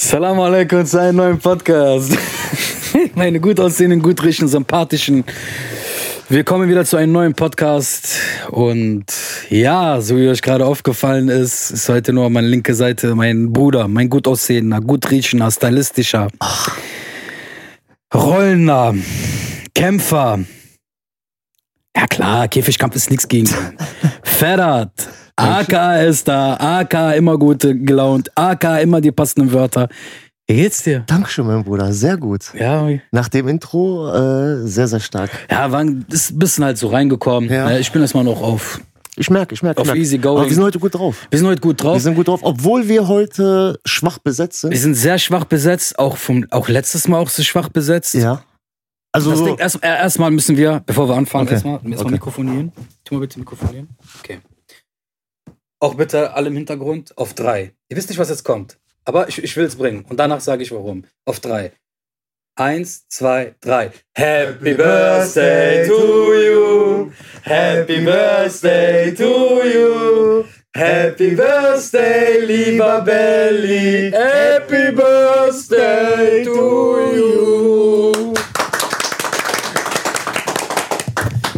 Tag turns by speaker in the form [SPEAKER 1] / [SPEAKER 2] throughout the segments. [SPEAKER 1] Salam alaikum zu einem neuen Podcast. Meine gut aussehenden, gut riechenden, sympathischen. Wir kommen wieder zu einem neuen Podcast. Und ja, so wie euch gerade aufgefallen ist, ist heute nur meine linke Seite mein Bruder, mein gut aussehender, gut riechender, stylistischer, rollender, Kämpfer. Ja klar, Käfigkampf ist nichts gegen. ihn. Ferrat. AK ist da, AK immer gut gelaunt, AK immer die passenden Wörter. Wie geht's dir?
[SPEAKER 2] Dankeschön, mein Bruder. Sehr gut.
[SPEAKER 1] Ja, wie-
[SPEAKER 2] Nach dem Intro äh, sehr, sehr stark.
[SPEAKER 1] ja waren, ist ein bisschen halt so reingekommen.
[SPEAKER 2] Ja.
[SPEAKER 1] Ne, Ich bin erstmal noch auf.
[SPEAKER 2] Ich merke, ich merke.
[SPEAKER 1] Auf
[SPEAKER 2] ich merke.
[SPEAKER 1] easy going.
[SPEAKER 2] Aber wir sind heute gut drauf.
[SPEAKER 1] Wir sind heute gut drauf.
[SPEAKER 2] Wir sind gut drauf, obwohl wir heute schwach besetzt sind.
[SPEAKER 1] Wir sind sehr schwach besetzt, auch vom auch letztes Mal auch so schwach besetzt.
[SPEAKER 2] ja. Also,
[SPEAKER 1] Das Ding, erst- äh, erstmal müssen wir, bevor wir anfangen,
[SPEAKER 2] Okay.
[SPEAKER 1] erstmal erstmal
[SPEAKER 2] Okay.
[SPEAKER 1] mikrofonieren. Tu mal bitte mikrofonieren. Okay. Auch bitte alle im Hintergrund auf drei. Ihr wisst nicht, was jetzt kommt. Aber ich, ich will es bringen. Und danach sage ich warum. Auf drei. Eins, zwei, drei. Happy Birthday to you. Happy Birthday to you. Happy Birthday, lieber Belly. Happy Birthday to you.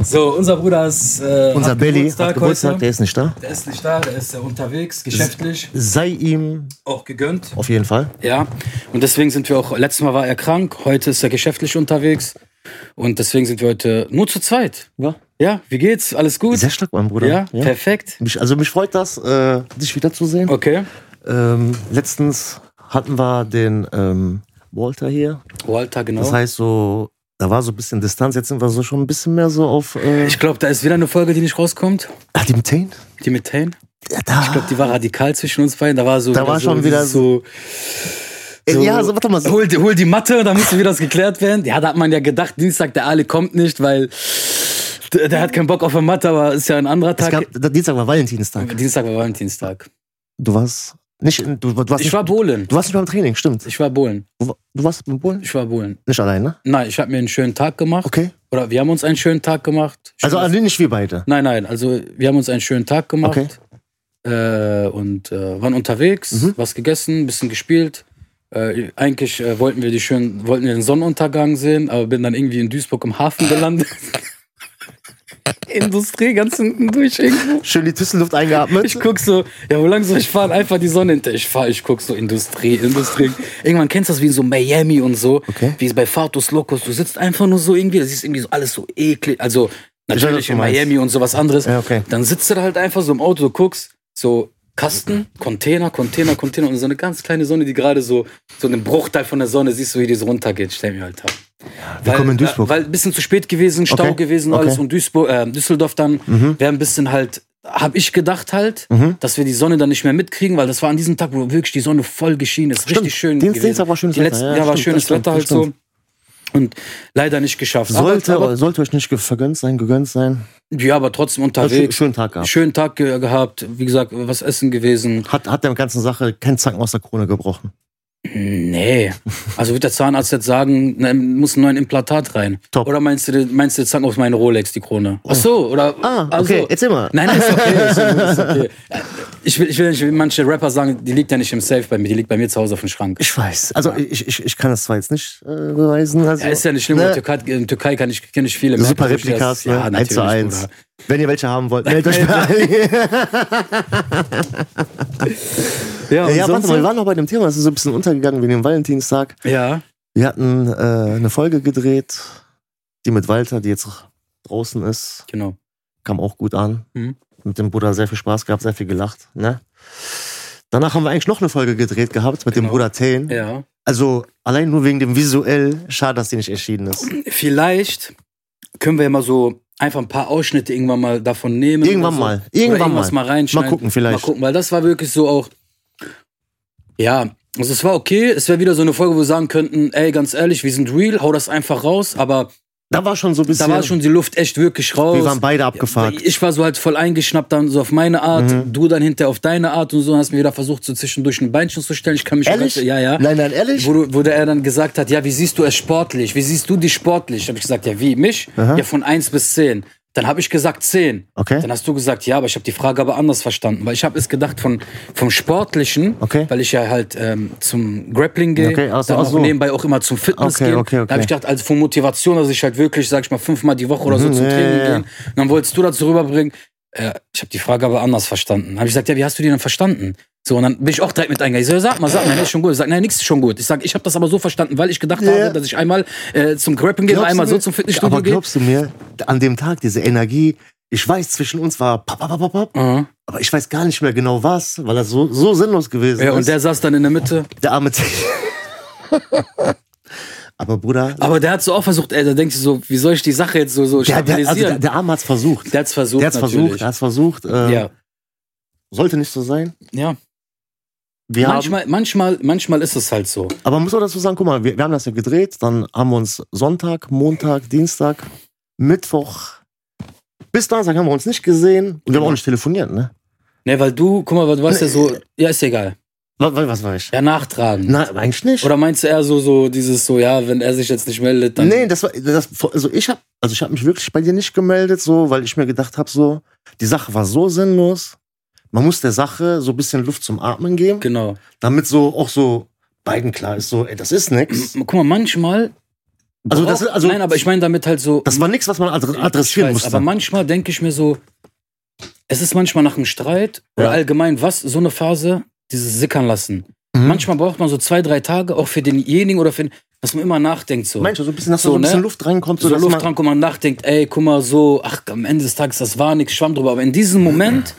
[SPEAKER 1] So, unser Bruder ist äh,
[SPEAKER 2] unser
[SPEAKER 1] hat
[SPEAKER 2] Belly
[SPEAKER 1] Geburtstag
[SPEAKER 2] hat Geburtstag,
[SPEAKER 1] heute. ne?
[SPEAKER 2] der ist nicht da.
[SPEAKER 1] Der ist nicht da, der ist äh, unterwegs, geschäftlich,
[SPEAKER 2] Sei ihm
[SPEAKER 1] auch gegönnt.
[SPEAKER 2] auf jeden Fall.
[SPEAKER 1] Ja, und deswegen sind wir auch, letztes Mal war er krank, heute ist er geschäftlich unterwegs. Und deswegen sind wir heute nur zu zweit.
[SPEAKER 2] Ja.
[SPEAKER 1] Ja, wie geht's? Alles gut?
[SPEAKER 2] Sehr stark, mein Bruder.
[SPEAKER 1] ja, perfekt.
[SPEAKER 2] Mich, also mich freut das, äh, dich wiederzusehen.
[SPEAKER 1] Okay.
[SPEAKER 2] Ähm, letztens hatten wir den ähm, Walter hier.
[SPEAKER 1] Walter, genau.
[SPEAKER 2] Das heißt so, da war so ein bisschen Distanz. Jetzt sind wir so schon ein bisschen mehr so auf äh,
[SPEAKER 1] ich glaube, da ist wieder eine Folge, die nicht rauskommt.
[SPEAKER 2] ah, dem Taint.
[SPEAKER 1] Die mit Tane.
[SPEAKER 2] Ja, da.
[SPEAKER 1] Ich glaube, die war radikal zwischen uns beiden. Da war so.
[SPEAKER 2] Da war schon wieder
[SPEAKER 1] dieses so.
[SPEAKER 2] Äh, ja, so, warte mal, so-
[SPEAKER 1] Hol, die- hol die Matte, da musste wieder das geklärt werden. Ja, da hat man ja gedacht, Dienstag, der Ali kommt nicht, weil der, der hat keinen Bock auf eine Matte, aber ist ja ein anderer
[SPEAKER 2] Es
[SPEAKER 1] Tag. Mhm.
[SPEAKER 2] gab, der Dienstag war Valentinstag.
[SPEAKER 1] Dienstag war Valentinstag.
[SPEAKER 2] Du warst nicht in, du, du warst
[SPEAKER 1] Ich
[SPEAKER 2] nicht,
[SPEAKER 1] war bowlen.
[SPEAKER 2] du warst nicht beim Training, stimmt.
[SPEAKER 1] Ich war bowlen.
[SPEAKER 2] Du, wa- du warst mit Polen
[SPEAKER 1] Ich war bowlen.
[SPEAKER 2] nicht allein, ne?
[SPEAKER 1] Nein, ich habe mir einen schönen Tag gemacht.
[SPEAKER 2] Okay.
[SPEAKER 1] Oder wir haben uns einen schönen Tag gemacht.
[SPEAKER 2] Also
[SPEAKER 1] Schönes-
[SPEAKER 2] also nicht wir beide.
[SPEAKER 1] Nein, nein, also wir haben uns einen schönen Tag gemacht äh, und äh, waren unterwegs, was gegessen, ein bisschen gespielt. Äh, eigentlich äh, wollten wir die schönen, wollten wir den Sonnenuntergang sehen, aber bin dann irgendwie in Duisburg im Hafen gelandet. Industrie ganz hinten durch irgendwo.
[SPEAKER 2] Schön die Tüsselluft eingeatmet.
[SPEAKER 1] Ich guck so, ja, wo lang soll ich fahren? Einfach die Sonne hinter. Ich fahre, ich guck so Industrie, Industrie. Irgendwann kennst du das wie in so Miami und so,
[SPEAKER 2] Okay.
[SPEAKER 1] wie es bei Fatus Locos. Du sitzt einfach nur so irgendwie, das ist irgendwie so alles so eklig. Also
[SPEAKER 2] weiß, was
[SPEAKER 1] natürlich
[SPEAKER 2] du
[SPEAKER 1] in
[SPEAKER 2] meinst.
[SPEAKER 1] Miami und so was anderes.
[SPEAKER 2] Ja, okay.
[SPEAKER 1] Dann sitzt du da halt einfach so im Auto, du guckst so Kasten, Container, Container, Container und so eine ganz kleine Sonne, die gerade so so einen Bruchteil von der Sonne siehst du, wie die so runtergeht. Stell mir halt ab.
[SPEAKER 2] Wir kommen in
[SPEAKER 1] äh,
[SPEAKER 2] Duisburg.
[SPEAKER 1] Weil ein bisschen zu spät gewesen, Stau
[SPEAKER 2] Okay.
[SPEAKER 1] gewesen und alles
[SPEAKER 2] Okay. Mhm.
[SPEAKER 1] und Duisburg, äh, Düsseldorf dann wäre ein bisschen halt, habe ich gedacht halt, dass wir die Sonne dann nicht mehr mitkriegen, weil das war an diesem Tag, wo wirklich die Sonne voll geschienen ist. Richtig schön.
[SPEAKER 2] Dienst-
[SPEAKER 1] gewesen.
[SPEAKER 2] Dienstag war schönes
[SPEAKER 1] die
[SPEAKER 2] Wetter.
[SPEAKER 1] letzten,
[SPEAKER 2] Ja,
[SPEAKER 1] Ja, war
[SPEAKER 2] stimmt,
[SPEAKER 1] schönes
[SPEAKER 2] das stimmt,
[SPEAKER 1] Wetter
[SPEAKER 2] das
[SPEAKER 1] halt so. Und leider nicht geschafft.
[SPEAKER 2] sollte,
[SPEAKER 1] aber,
[SPEAKER 2] sollte euch nicht ge- vergönnt sein, gegönnt sein.
[SPEAKER 1] aber, ja, aber trotzdem
[SPEAKER 2] Also, schö-
[SPEAKER 1] unterwegs.
[SPEAKER 2] schönen Tag gehabt.
[SPEAKER 1] Schönen Tag ge gehabt, wie gesagt, was essen gewesen.
[SPEAKER 2] Hat, hat der ganzen Sache keinen Zacken aus der Krone gebrochen.
[SPEAKER 1] Nee. Also wird der Zahnarzt jetzt sagen, ne, muss ein neues Implantat rein.
[SPEAKER 2] Top. Oh.
[SPEAKER 1] Oder meinst du, meinst du jetzt sagen auf meine Rolex die Krone? Ach so, oder.
[SPEAKER 2] Ah,
[SPEAKER 1] also-
[SPEAKER 2] okay, erzähl mal.
[SPEAKER 1] Nein, nein, ist okay. ist okay, ist okay. Ich, will, ich will nicht, wie manche Rapper sagen, die liegt ja nicht im Safe bei mir, die liegt bei mir zu Hause auf dem Schrank.
[SPEAKER 2] Ich weiß. Also ich, ich, ich kann das zwar jetzt nicht äh, beweisen. Also,
[SPEAKER 1] Ja, ist ja nicht schlimm, in der Türkei, in der Türkei kann ich, kenne ich viele
[SPEAKER 2] Super
[SPEAKER 1] merken sich
[SPEAKER 2] Replikas,
[SPEAKER 1] das.
[SPEAKER 2] ne?
[SPEAKER 1] Ja,
[SPEAKER 2] 1 zu
[SPEAKER 1] natürlich,
[SPEAKER 2] 1.
[SPEAKER 1] Bruder.
[SPEAKER 2] Wenn ihr welche haben wollt, meldet euch bei Ali.
[SPEAKER 1] Ja, und
[SPEAKER 2] Ja,
[SPEAKER 1] sonst
[SPEAKER 2] warte mal, wir waren noch bei dem Thema, es ist so ein bisschen untergegangen wegen dem Valentinstag.
[SPEAKER 1] ja.
[SPEAKER 2] Wir hatten äh, eine Folge gedreht, die mit Walter, die jetzt draußen ist,
[SPEAKER 1] genau.
[SPEAKER 2] kam auch gut an.
[SPEAKER 1] Mhm.
[SPEAKER 2] Mit dem Bruder sehr viel Spaß gehabt, sehr viel gelacht. Ne? Danach haben wir eigentlich noch eine Folge gedreht gehabt mit dem
[SPEAKER 1] Genau.
[SPEAKER 2] Bruder Tane.
[SPEAKER 1] Ja.
[SPEAKER 2] Also allein nur wegen dem visuell, schade, dass die nicht erschienen ist.
[SPEAKER 1] Vielleicht können wir ja mal so einfach ein paar Ausschnitte irgendwann mal davon nehmen.
[SPEAKER 2] Irgendwann
[SPEAKER 1] oder so.
[SPEAKER 2] mal, irgendwann
[SPEAKER 1] oder irgendwas mal.
[SPEAKER 2] mal.
[SPEAKER 1] reinschneiden.
[SPEAKER 2] Mal gucken vielleicht.
[SPEAKER 1] Mal gucken, weil das war wirklich so auch. Ja, also es war okay. Es wäre wieder so eine Folge, wo wir sagen könnten, ey, ganz ehrlich, wir sind real, hau das einfach raus. Aber
[SPEAKER 2] Da war schon so ein bisschen,
[SPEAKER 1] da war schon die Luft echt wirklich raus.
[SPEAKER 2] wir waren beide abgefuckt. Mhm.
[SPEAKER 1] Ich war so halt voll eingeschnappt dann so auf meine Art, du dann hinterher auf deine Art und so hast mir wieder versucht, so zwischendurch ein Beinchen zu stellen. Ich kann mich
[SPEAKER 2] Ehrlich?
[SPEAKER 1] ja, ja.
[SPEAKER 2] Nein, nein, ehrlich?
[SPEAKER 1] Wo, du- wo der er dann gesagt hat, ja, wie siehst du es sportlich? Wie siehst du dich sportlich? Habe ich gesagt, ja, wie? Mich? Ja, von 1 bis 10. Dann habe ich gesagt zehn.
[SPEAKER 2] Okay?
[SPEAKER 1] Dann hast du gesagt, ja, aber ich habe die Frage aber anders verstanden. Weil ich habe es gedacht von, vom Sportlichen,
[SPEAKER 2] Okay.
[SPEAKER 1] weil ich ja halt ähm, zum Grappling gehe,
[SPEAKER 2] Okay, also-
[SPEAKER 1] dann
[SPEAKER 2] ach
[SPEAKER 1] auch
[SPEAKER 2] so.
[SPEAKER 1] nebenbei auch immer zum Fitness
[SPEAKER 2] Okay,
[SPEAKER 1] gehen.
[SPEAKER 2] okay, okay.
[SPEAKER 1] Da habe ich gedacht, also von Motivation, dass ich halt wirklich, sag ich mal, fünfmal die Woche oder so
[SPEAKER 2] Mhm,
[SPEAKER 1] zum
[SPEAKER 2] ja,
[SPEAKER 1] Training
[SPEAKER 2] ja, ja.
[SPEAKER 1] gehen. Und dann wolltest du dazu rüberbringen, äh, ich habe die Frage aber anders verstanden. Dann habe ich gesagt, ja, wie hast du die denn verstanden? So, und dann bin ich auch direkt mit eingegangen. Ich so, ja, sag mal, sag mal, nee, ist schon gut. Ich sag, nein, nichts ist schon gut. Ich sag, ich habe das aber so verstanden, weil ich gedacht
[SPEAKER 2] Ja.
[SPEAKER 1] habe, dass ich einmal äh, zum Grappling gehe, und
[SPEAKER 2] Glaubst
[SPEAKER 1] einmal
[SPEAKER 2] du
[SPEAKER 1] so
[SPEAKER 2] mir-
[SPEAKER 1] zum Fitnessstudio
[SPEAKER 2] Aber
[SPEAKER 1] gehe.
[SPEAKER 2] glaubst du mir, an dem Tag diese Energie, ich weiß, zwischen uns war pap, pap, pap, pap,
[SPEAKER 1] Mhm.
[SPEAKER 2] aber ich weiß gar nicht mehr genau was, weil das so, so sinnlos gewesen
[SPEAKER 1] Ja,
[SPEAKER 2] ist.
[SPEAKER 1] und der saß dann in der Mitte.
[SPEAKER 2] der arme T Aber Bruder,
[SPEAKER 1] Aber der hat so auch versucht, ey, da denkt sich so, wie soll ich die Sache jetzt so, so
[SPEAKER 2] der, der, also der,
[SPEAKER 1] stabilisieren?
[SPEAKER 2] der Arme hat's versucht.
[SPEAKER 1] der hat's versucht,
[SPEAKER 2] Der hat's versucht,
[SPEAKER 1] natürlich.
[SPEAKER 2] der hat's versucht. Äh,
[SPEAKER 1] ja,
[SPEAKER 2] Sollte nicht so sein.
[SPEAKER 1] ja.
[SPEAKER 2] Wir haben,
[SPEAKER 1] Manchmal, manchmal, manchmal ist es halt so.
[SPEAKER 2] aber man muss auch dazu sagen, guck mal, wir, wir haben das ja gedreht, dann haben wir uns Sonntag, Montag, Dienstag, Mittwoch, bis Donnerstag haben wir uns nicht gesehen und wir haben auch nicht telefoniert, ne?
[SPEAKER 1] Ne, weil du, guck mal, du warst ja so, ja, ist egal.
[SPEAKER 2] Was, was war ich?
[SPEAKER 1] Ja, nachtragen.
[SPEAKER 2] Nein, eigentlich nicht.
[SPEAKER 1] Oder meinst du eher so, so dieses so, ja, wenn er sich jetzt nicht meldet, dann.
[SPEAKER 2] nee, das war, das, also ich habe also ich hab mich wirklich bei dir nicht gemeldet, so, weil ich mir gedacht habe, so, die Sache war so sinnlos. Man muss der Sache so ein bisschen Luft zum Atmen geben,
[SPEAKER 1] Genau.
[SPEAKER 2] damit so auch so beiden klar ist, so, ey, das ist
[SPEAKER 1] M-
[SPEAKER 2] nix.
[SPEAKER 1] Guck mal, manchmal.
[SPEAKER 2] Also das ist- also-
[SPEAKER 1] nein, aber ich meine damit halt so.
[SPEAKER 2] Das war nix, was man adre- adressieren
[SPEAKER 1] Ich weiß,
[SPEAKER 2] musste.
[SPEAKER 1] Aber manchmal denke ich mir so, es ist manchmal nach einem Streit oder
[SPEAKER 2] Ja.
[SPEAKER 1] allgemein was, so eine Phase, dieses Sickern lassen.
[SPEAKER 2] Mhm.
[SPEAKER 1] Manchmal braucht man so zwei, drei Tage, auch für denjenigen oder für den, dass man immer nachdenkt so.
[SPEAKER 2] Manchmal so ein bisschen, dass
[SPEAKER 1] So,
[SPEAKER 2] so, so ein
[SPEAKER 1] ne?
[SPEAKER 2] bisschen Luft reinkommt, so,
[SPEAKER 1] so
[SPEAKER 2] dass
[SPEAKER 1] Luft
[SPEAKER 2] man,
[SPEAKER 1] dran, guck mal, nachdenkt, ey, guck mal, so, ach, am Ende des Tages, das war nix, schwamm drüber. Aber in diesem
[SPEAKER 2] Mhm.
[SPEAKER 1] Moment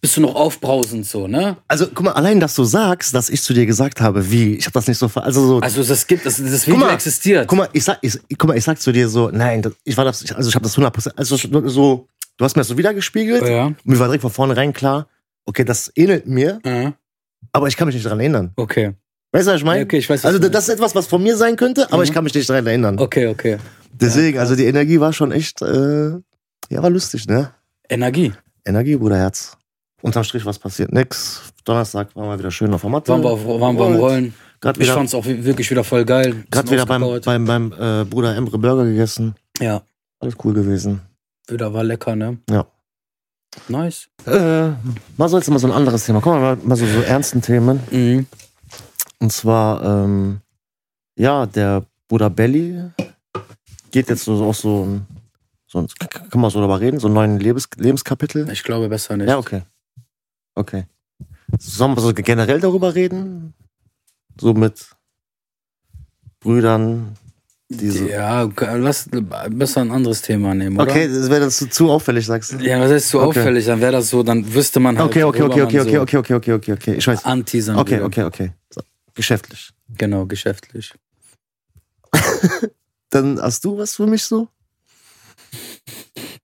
[SPEAKER 1] bist du noch aufbrausend so, ne?
[SPEAKER 2] Also, guck mal, allein, dass du sagst, dass ich zu dir gesagt habe, wie, ich habe das nicht so ver... Also, so,
[SPEAKER 1] Also das gibt, das, das Video
[SPEAKER 2] mal,
[SPEAKER 1] existiert.
[SPEAKER 2] guck mal, ich sag, ich, guck mal, ich sag zu dir so, nein, das, ich war das, ich- also ich habe das 100%, also so, du hast mir das so wiedergespiegelt,
[SPEAKER 1] ja,
[SPEAKER 2] mir war direkt von vornherein klar, okay, das ähnelt mir,
[SPEAKER 1] ja,
[SPEAKER 2] aber ich kann mich nicht daran erinnern.
[SPEAKER 1] okay.
[SPEAKER 2] Weißt du, was ich meine?
[SPEAKER 1] Ja, okay, ich weiß, was
[SPEAKER 2] also
[SPEAKER 1] du meinst.
[SPEAKER 2] das ist etwas, was von mir sein könnte, aber
[SPEAKER 1] Mhm.
[SPEAKER 2] ich kann mich nicht daran erinnern.
[SPEAKER 1] Okay, okay.
[SPEAKER 2] Deswegen, also die Energie war schon echt, äh, ja, war lustig, ne?
[SPEAKER 1] Energie.
[SPEAKER 2] Energie, Bruderherz. Unterm Strich, was passiert? Nix. Donnerstag waren wir wieder schön auf der Matte.
[SPEAKER 1] Waren wir, auf, waren wir am
[SPEAKER 2] Und
[SPEAKER 1] Rollen.
[SPEAKER 2] Gerade
[SPEAKER 1] Ich
[SPEAKER 2] wieder,
[SPEAKER 1] fand's auch wirklich wieder voll geil.
[SPEAKER 2] grad
[SPEAKER 1] Bisschen
[SPEAKER 2] wieder beim,
[SPEAKER 1] ausgepowert.
[SPEAKER 2] beim, beim äh, Bruder Emre Burger gegessen.
[SPEAKER 1] Ja,
[SPEAKER 2] Alles cool gewesen.
[SPEAKER 1] wieder war lecker, ne?
[SPEAKER 2] Ja.
[SPEAKER 1] Nice.
[SPEAKER 2] Äh, mal soll jetzt mal so ein anderes Thema. Kommen wir mal, mal so, so ernsten Themen.
[SPEAKER 1] Mhm.
[SPEAKER 2] Und zwar, ähm, ja, der Bruder Belly geht jetzt so, auf so ein, so ein, kann man so darüber reden, so einen neuen Lebens, Lebenskapitel.
[SPEAKER 1] Ich glaube besser nicht.
[SPEAKER 2] Ja, okay. Okay. Sollen wir so generell darüber reden? So mit Brüdern, diese.
[SPEAKER 1] Ja, okay, lass besser ein anderes Thema nehmen, oder?
[SPEAKER 2] Okay, das wäre das zu, zu auffällig, sagst du?
[SPEAKER 1] Ja, was heißt so
[SPEAKER 2] Okay.
[SPEAKER 1] auffällig? Dann wäre das so, dann wüsste man halt,
[SPEAKER 2] Okay, okay,
[SPEAKER 1] worüber
[SPEAKER 2] okay, okay,
[SPEAKER 1] man
[SPEAKER 2] okay, okay, okay, okay, okay, okay. Ich weiß.
[SPEAKER 1] so anti sein
[SPEAKER 2] Okay,
[SPEAKER 1] würde.
[SPEAKER 2] okay, okay. So. Geschäftlich.
[SPEAKER 1] Genau, geschäftlich.
[SPEAKER 2] Dann hast du was für mich so?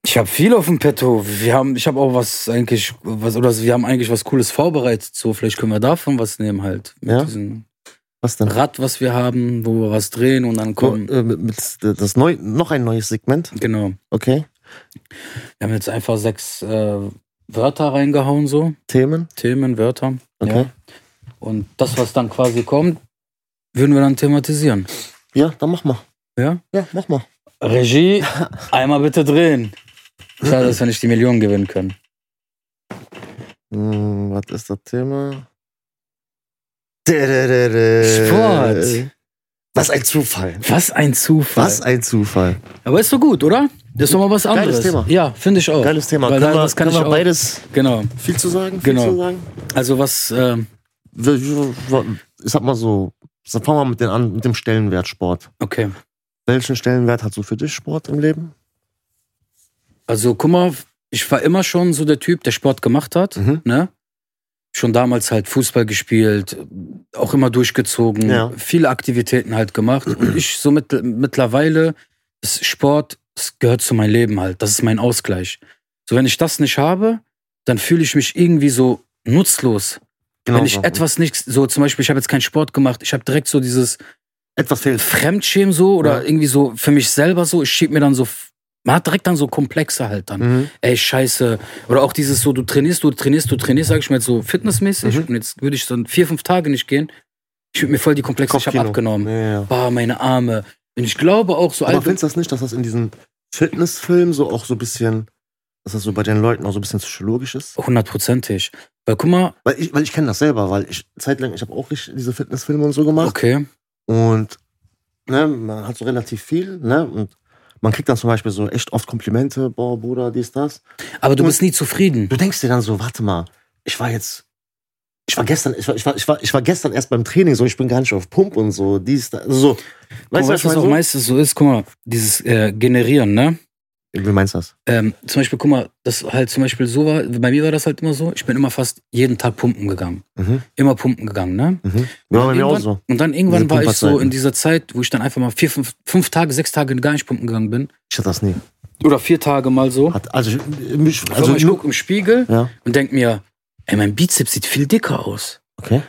[SPEAKER 1] Ich habe viel auf dem Petto. Wir haben, ich habe auch was eigentlich, was oder wir haben eigentlich was Cooles vorbereitet. So, vielleicht können wir davon was nehmen halt. Mit
[SPEAKER 2] Ja?
[SPEAKER 1] diesem
[SPEAKER 2] Was denn?
[SPEAKER 1] Rad, was wir haben, wo wir was drehen und dann
[SPEAKER 2] Oh,
[SPEAKER 1] kommen.
[SPEAKER 2] äh, mit, mit das neu, noch ein neues Segment.
[SPEAKER 1] Genau.
[SPEAKER 2] Okay.
[SPEAKER 1] Wir haben jetzt einfach sechs äh, Wörter reingehauen, so.
[SPEAKER 2] Themen.
[SPEAKER 1] Themen, Wörter.
[SPEAKER 2] Okay.
[SPEAKER 1] Ja. Und das, was dann quasi kommt, würden wir dann thematisieren.
[SPEAKER 2] Ja. dann mach mal.
[SPEAKER 1] Ja?
[SPEAKER 2] Ja, mach mal.
[SPEAKER 1] Regie, einmal bitte drehen. Schade, dass wir nicht die Millionen gewinnen können.
[SPEAKER 2] Hm, was ist das Thema? Äh, Sport.
[SPEAKER 1] Sport.
[SPEAKER 2] Was ein Zufall.
[SPEAKER 1] Was ein Zufall.
[SPEAKER 2] Was ein Zufall.
[SPEAKER 1] Aber ist doch gut, oder? Das ist doch mal was
[SPEAKER 2] Geiles
[SPEAKER 1] anderes.
[SPEAKER 2] Thema.
[SPEAKER 1] Ja, finde ich auch.
[SPEAKER 2] Oh. Geiles Thema.
[SPEAKER 1] Weil
[SPEAKER 2] Können
[SPEAKER 1] da-
[SPEAKER 2] wir,
[SPEAKER 1] das kann
[SPEAKER 2] können
[SPEAKER 1] ich
[SPEAKER 2] wir
[SPEAKER 1] auch.
[SPEAKER 2] beides
[SPEAKER 1] Genau.
[SPEAKER 2] viel zu sagen?
[SPEAKER 1] Genau.
[SPEAKER 2] Viel zu sagen?
[SPEAKER 1] Also was, ähm,
[SPEAKER 2] Wir- wir- Ich sag mal so, fangen wir mit, den an, mit dem Stellenwert Sport.
[SPEAKER 1] okay.
[SPEAKER 2] Welchen Stellenwert hat so für dich Sport im Leben?
[SPEAKER 1] Also guck mal, ich war immer schon so der Typ, der Sport gemacht hat.
[SPEAKER 2] Mhm.
[SPEAKER 1] ne? Schon damals halt Fußball gespielt, auch immer durchgezogen,
[SPEAKER 2] Ja.
[SPEAKER 1] viele Aktivitäten halt gemacht. Und ich so mit, mittlerweile, ist Sport, es gehört zu meinem Leben halt. Das ist mein Ausgleich. So, wenn ich das nicht habe, dann fühle ich mich irgendwie so nutzlos. wenn ich
[SPEAKER 2] Genau so.
[SPEAKER 1] etwas nicht, so zum Beispiel, ich habe jetzt keinen Sport gemacht, ich habe direkt so dieses
[SPEAKER 2] etwas fehlt.
[SPEAKER 1] Fremdschämen so oder
[SPEAKER 2] Ja.
[SPEAKER 1] irgendwie so für mich selber so, ich schieb mir dann so, man hat direkt dann so Komplexe halt dann
[SPEAKER 2] Mhm.
[SPEAKER 1] ey, scheiße. Oder auch dieses so, du trainierst, du trainierst, du trainierst, sag ich mal jetzt so fitnessmäßig.
[SPEAKER 2] Mhm.
[SPEAKER 1] Und jetzt würde ich dann vier, fünf Tage nicht gehen. Ich würde mir voll die Komplexe, ich habe
[SPEAKER 2] Kopfkino.
[SPEAKER 1] abgenommen.
[SPEAKER 2] Ja, ja, ja.
[SPEAKER 1] Bah, meine Arme. Und ich glaube auch so
[SPEAKER 2] Aber
[SPEAKER 1] allgemein.
[SPEAKER 2] findest du das nicht, dass das in diesen Fitnessfilmen so auch so ein bisschen dass das so bei den Leuten auch so ein bisschen psychologisch ist.
[SPEAKER 1] Hundertprozentig. Weil guck mal,
[SPEAKER 2] Weil ich, weil ich kenne das selber, weil ich zeitlang, ich habe auch richtig diese Fitnessfilme und so gemacht.
[SPEAKER 1] okay,
[SPEAKER 2] Und ne, man hat so relativ viel, ne? Und man kriegt dann zum Beispiel so echt oft Komplimente, boah, Bruder, dies, das.
[SPEAKER 1] aber du
[SPEAKER 2] Und-
[SPEAKER 1] bist nie zufrieden.
[SPEAKER 2] Du denkst dir dann so, warte mal, ich war jetzt. Ich war gestern, ich war, ich war, ich war, ich war gestern erst beim Training, so ich bin gar nicht auf Pump und so, dies, das. Also so.
[SPEAKER 1] Weißt du,
[SPEAKER 2] ich
[SPEAKER 1] weißt, was
[SPEAKER 2] meine
[SPEAKER 1] auch
[SPEAKER 2] so?
[SPEAKER 1] meistens so ist? Guck mal, dieses äh, Generieren, ne?
[SPEAKER 2] Wie meinst du das?
[SPEAKER 1] Ähm, zum Beispiel, guck mal, das halt zum Beispiel so war, bei mir war das halt immer so, ich bin immer fast jeden Tag pumpen gegangen.
[SPEAKER 2] Mhm.
[SPEAKER 1] Immer pumpen gegangen, ne?
[SPEAKER 2] Mhm. Ja, bei mir auch
[SPEAKER 1] irgendwann,
[SPEAKER 2] so.
[SPEAKER 1] Und dann irgendwann
[SPEAKER 2] Diese
[SPEAKER 1] war ich so
[SPEAKER 2] Pumperzeiten.
[SPEAKER 1] in dieser Zeit, wo ich dann einfach mal vier, fünf, fünf Tage, sechs Tage gar nicht pumpen gegangen bin.
[SPEAKER 2] Ich hatte das nie.
[SPEAKER 1] Oder vier Tage mal so.
[SPEAKER 2] Hat, also, ich, mich,
[SPEAKER 1] Also
[SPEAKER 2] also
[SPEAKER 1] ich gucke im Spiegel
[SPEAKER 2] Ja,
[SPEAKER 1] und denke mir, ey, mein Bizeps sieht viel dicker aus.
[SPEAKER 2] okay.